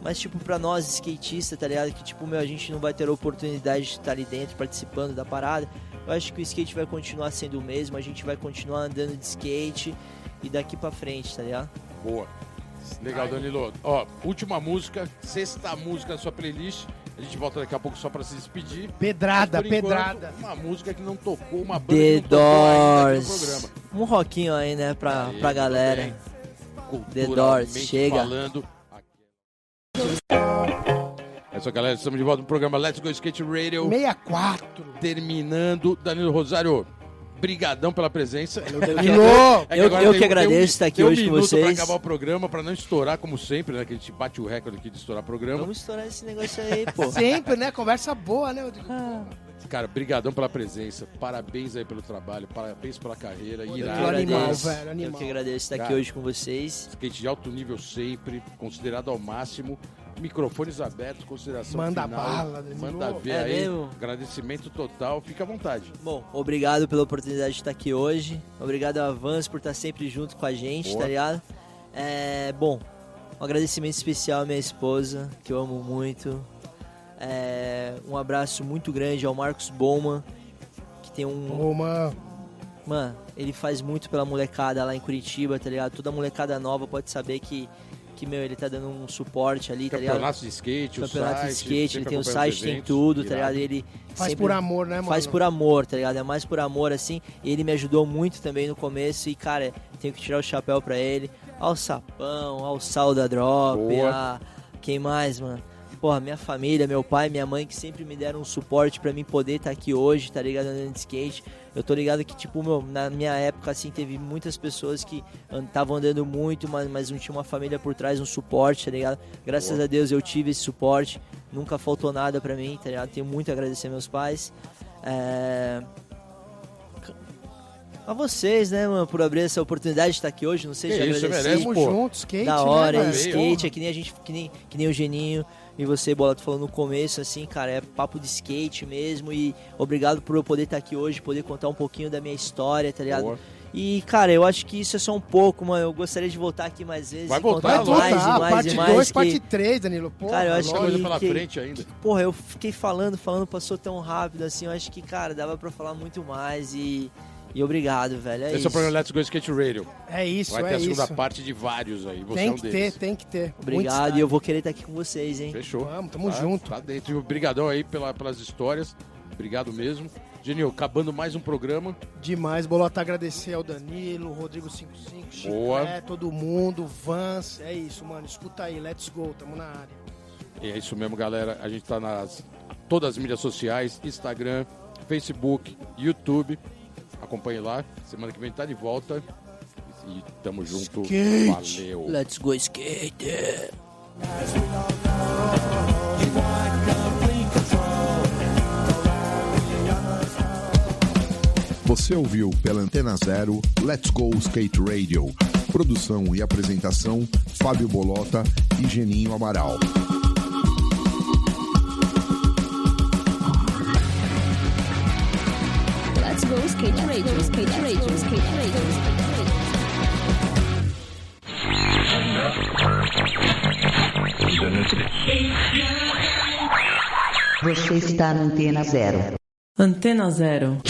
Mas, tipo, pra nós, skatista, tá ligado? Que, tipo, meu, a gente não vai ter a oportunidade de estar ali dentro, participando da parada. Eu acho que o skate vai continuar sendo o mesmo, a gente vai continuar andando de skate e daqui pra frente, tá ligado?
Boa. Legal, Danilo. Ó, última música, sexta música da sua playlist. A gente volta daqui a pouco só pra se despedir.
Pedrada,
Mas, por enquanto,
pedrada.
Uma música que não tocou, uma banda
The
que não tocou ainda aqui no
Doors.
tá um programa.
Um roquinho aí, né, pra,
Aí,
pra galera.
bem.
The Doors,
Culturalmente
chega.
Falando. Essa galera, estamos de volta no programa Let's Go Skate Radio.
64.
Terminando, Danilo Rosário, brigadão pela presença.
Danilo!
É
Eu-
agora tem-
eu que
tem
agradeço
um-
estar aqui
tem um
hoje com
minuto Pra
vocês.
acabar o programa, pra não estourar, como sempre, né? Que a gente bate o recorde aqui de estourar programa.
Vamos estourar esse negócio aí, pô.
Sempre, né? Conversa boa, né, Rodrigo?
Cara, brigadão pela presença. Parabéns aí pelo trabalho, parabéns pela carreira.
Eu que
Irado.
Danilo, animal,
agradeço.
velho, animal.
Eu que agradeço estar aqui
Cara.
hoje com vocês.
Skate de alto nível sempre, considerado ao máximo. Microfones abertos, consideração
Manda
final.
bala, Danilo.
Manda ver
É
aí.
mesmo?
Agradecimento total. Fica à vontade.
Bom, obrigado pela oportunidade de estar aqui hoje. Obrigado a Vans por estar sempre junto com a gente,
Boa.
tá ligado? É, bom, um agradecimento especial à minha esposa, que eu amo muito. É, um abraço muito grande ao Marcos Bowman, que tem um,
Ô, mano.
Mano, ele faz muito pela molecada lá em Curitiba, tá ligado? Toda molecada nova pode saber que, que meu, ele tá dando um suporte ali, tá ligado?
Campeonatos de skate,
Campeonato
o
de
site.
skate,
sempre
ele tem o
acompanhando os
site, tem
eventos.
tudo, tá
Irado.
ligado? Ele
Faz
sempre
por amor, né, mano?
faz por amor, tá ligado? É mais por amor, assim. E ele me ajudou muito também no começo e, cara, tenho que tirar o chapéu pra ele. Ao Sapão, ao Sal da Drop,
Boa.
a... Ah, Quem mais, mano? Porra, minha família, meu pai, minha mãe, que sempre me deram um suporte pra mim poder estar aqui hoje, tá ligado? Andando de skate. Eu tô ligado que, tipo, meu, na minha época, assim, teve muitas pessoas que estavam andando muito, mas, mas não tinha uma família por trás, um suporte, tá ligado? Graças
Boa.
a Deus eu tive esse suporte. Nunca faltou nada pra mim, tá ligado? Tenho muito a agradecer meus pais. É... A vocês, né, mano, por abrir essa oportunidade de estar aqui hoje. Não sei
Que
se eu
isso,
agradeci.
merece,
Tamo
pô.
junto, skate,
da hora,
né,
velho?
velho?
skate, é que nem a gente, que nem, que nem o Geninho e você, Bola, tu falou no começo, assim, cara, é papo de skate mesmo e obrigado por eu poder estar aqui hoje, poder contar um pouquinho da minha história, tá ligado?
Boa.
E, cara, eu acho que isso é só um pouco, mano, eu gostaria de voltar aqui mais vezes
Vai
e
voltar,
contar
vai
mais
voltar,
e mais
Ah, parte
e mais
2,
que...
parte 3, Danilo. Porra,
Cara, eu acho
Muita
lógico.
coisa
que-
pela
que-
frente ainda. é
Porra, eu fiquei falando, falando, passou tão rápido assim. Eu acho que, cara, dava pra falar muito mais e. E obrigado, velho. É
Esse é
isso.
o programa Let's Go Skate Radio.
É isso,
Vai
é
ter a segunda
isso.
parte de vários aí. Você é
Tem
um
que ter,
deles.
tem que ter. tá Muito
Obrigado
destaque.
e eu vou querer estar aqui com vocês, hein?
Fechou.
Vamos, tamo
tá,
junto.
Tá dentro. E Obrigadão aí pela, pelas histórias. Obrigado mesmo. Genil, acabando mais um programa.
Demais, Bolota, agradecer ao Danilo, Rodrigo 55, Chico,
Boa.
é, todo mundo, Vans, é isso, mano, escuta aí, let's go, tamo na área.
E é isso mesmo, galera. A gente tá nas todas as mídias sociais, Instagram, Facebook, YouTube. Acompanhe lá. Semana que vem tá de volta. E tamo junto. Valeu.
Let's go skater!
Você ouviu pela Antena Zero Let's Go Skate Radio. Produção e apresentação: Fábio Bolota e Geninho Amaral.
Let's go skate radio, skate radio, skate radio, skate radio.
Você está na antena zero.
Antena Zero.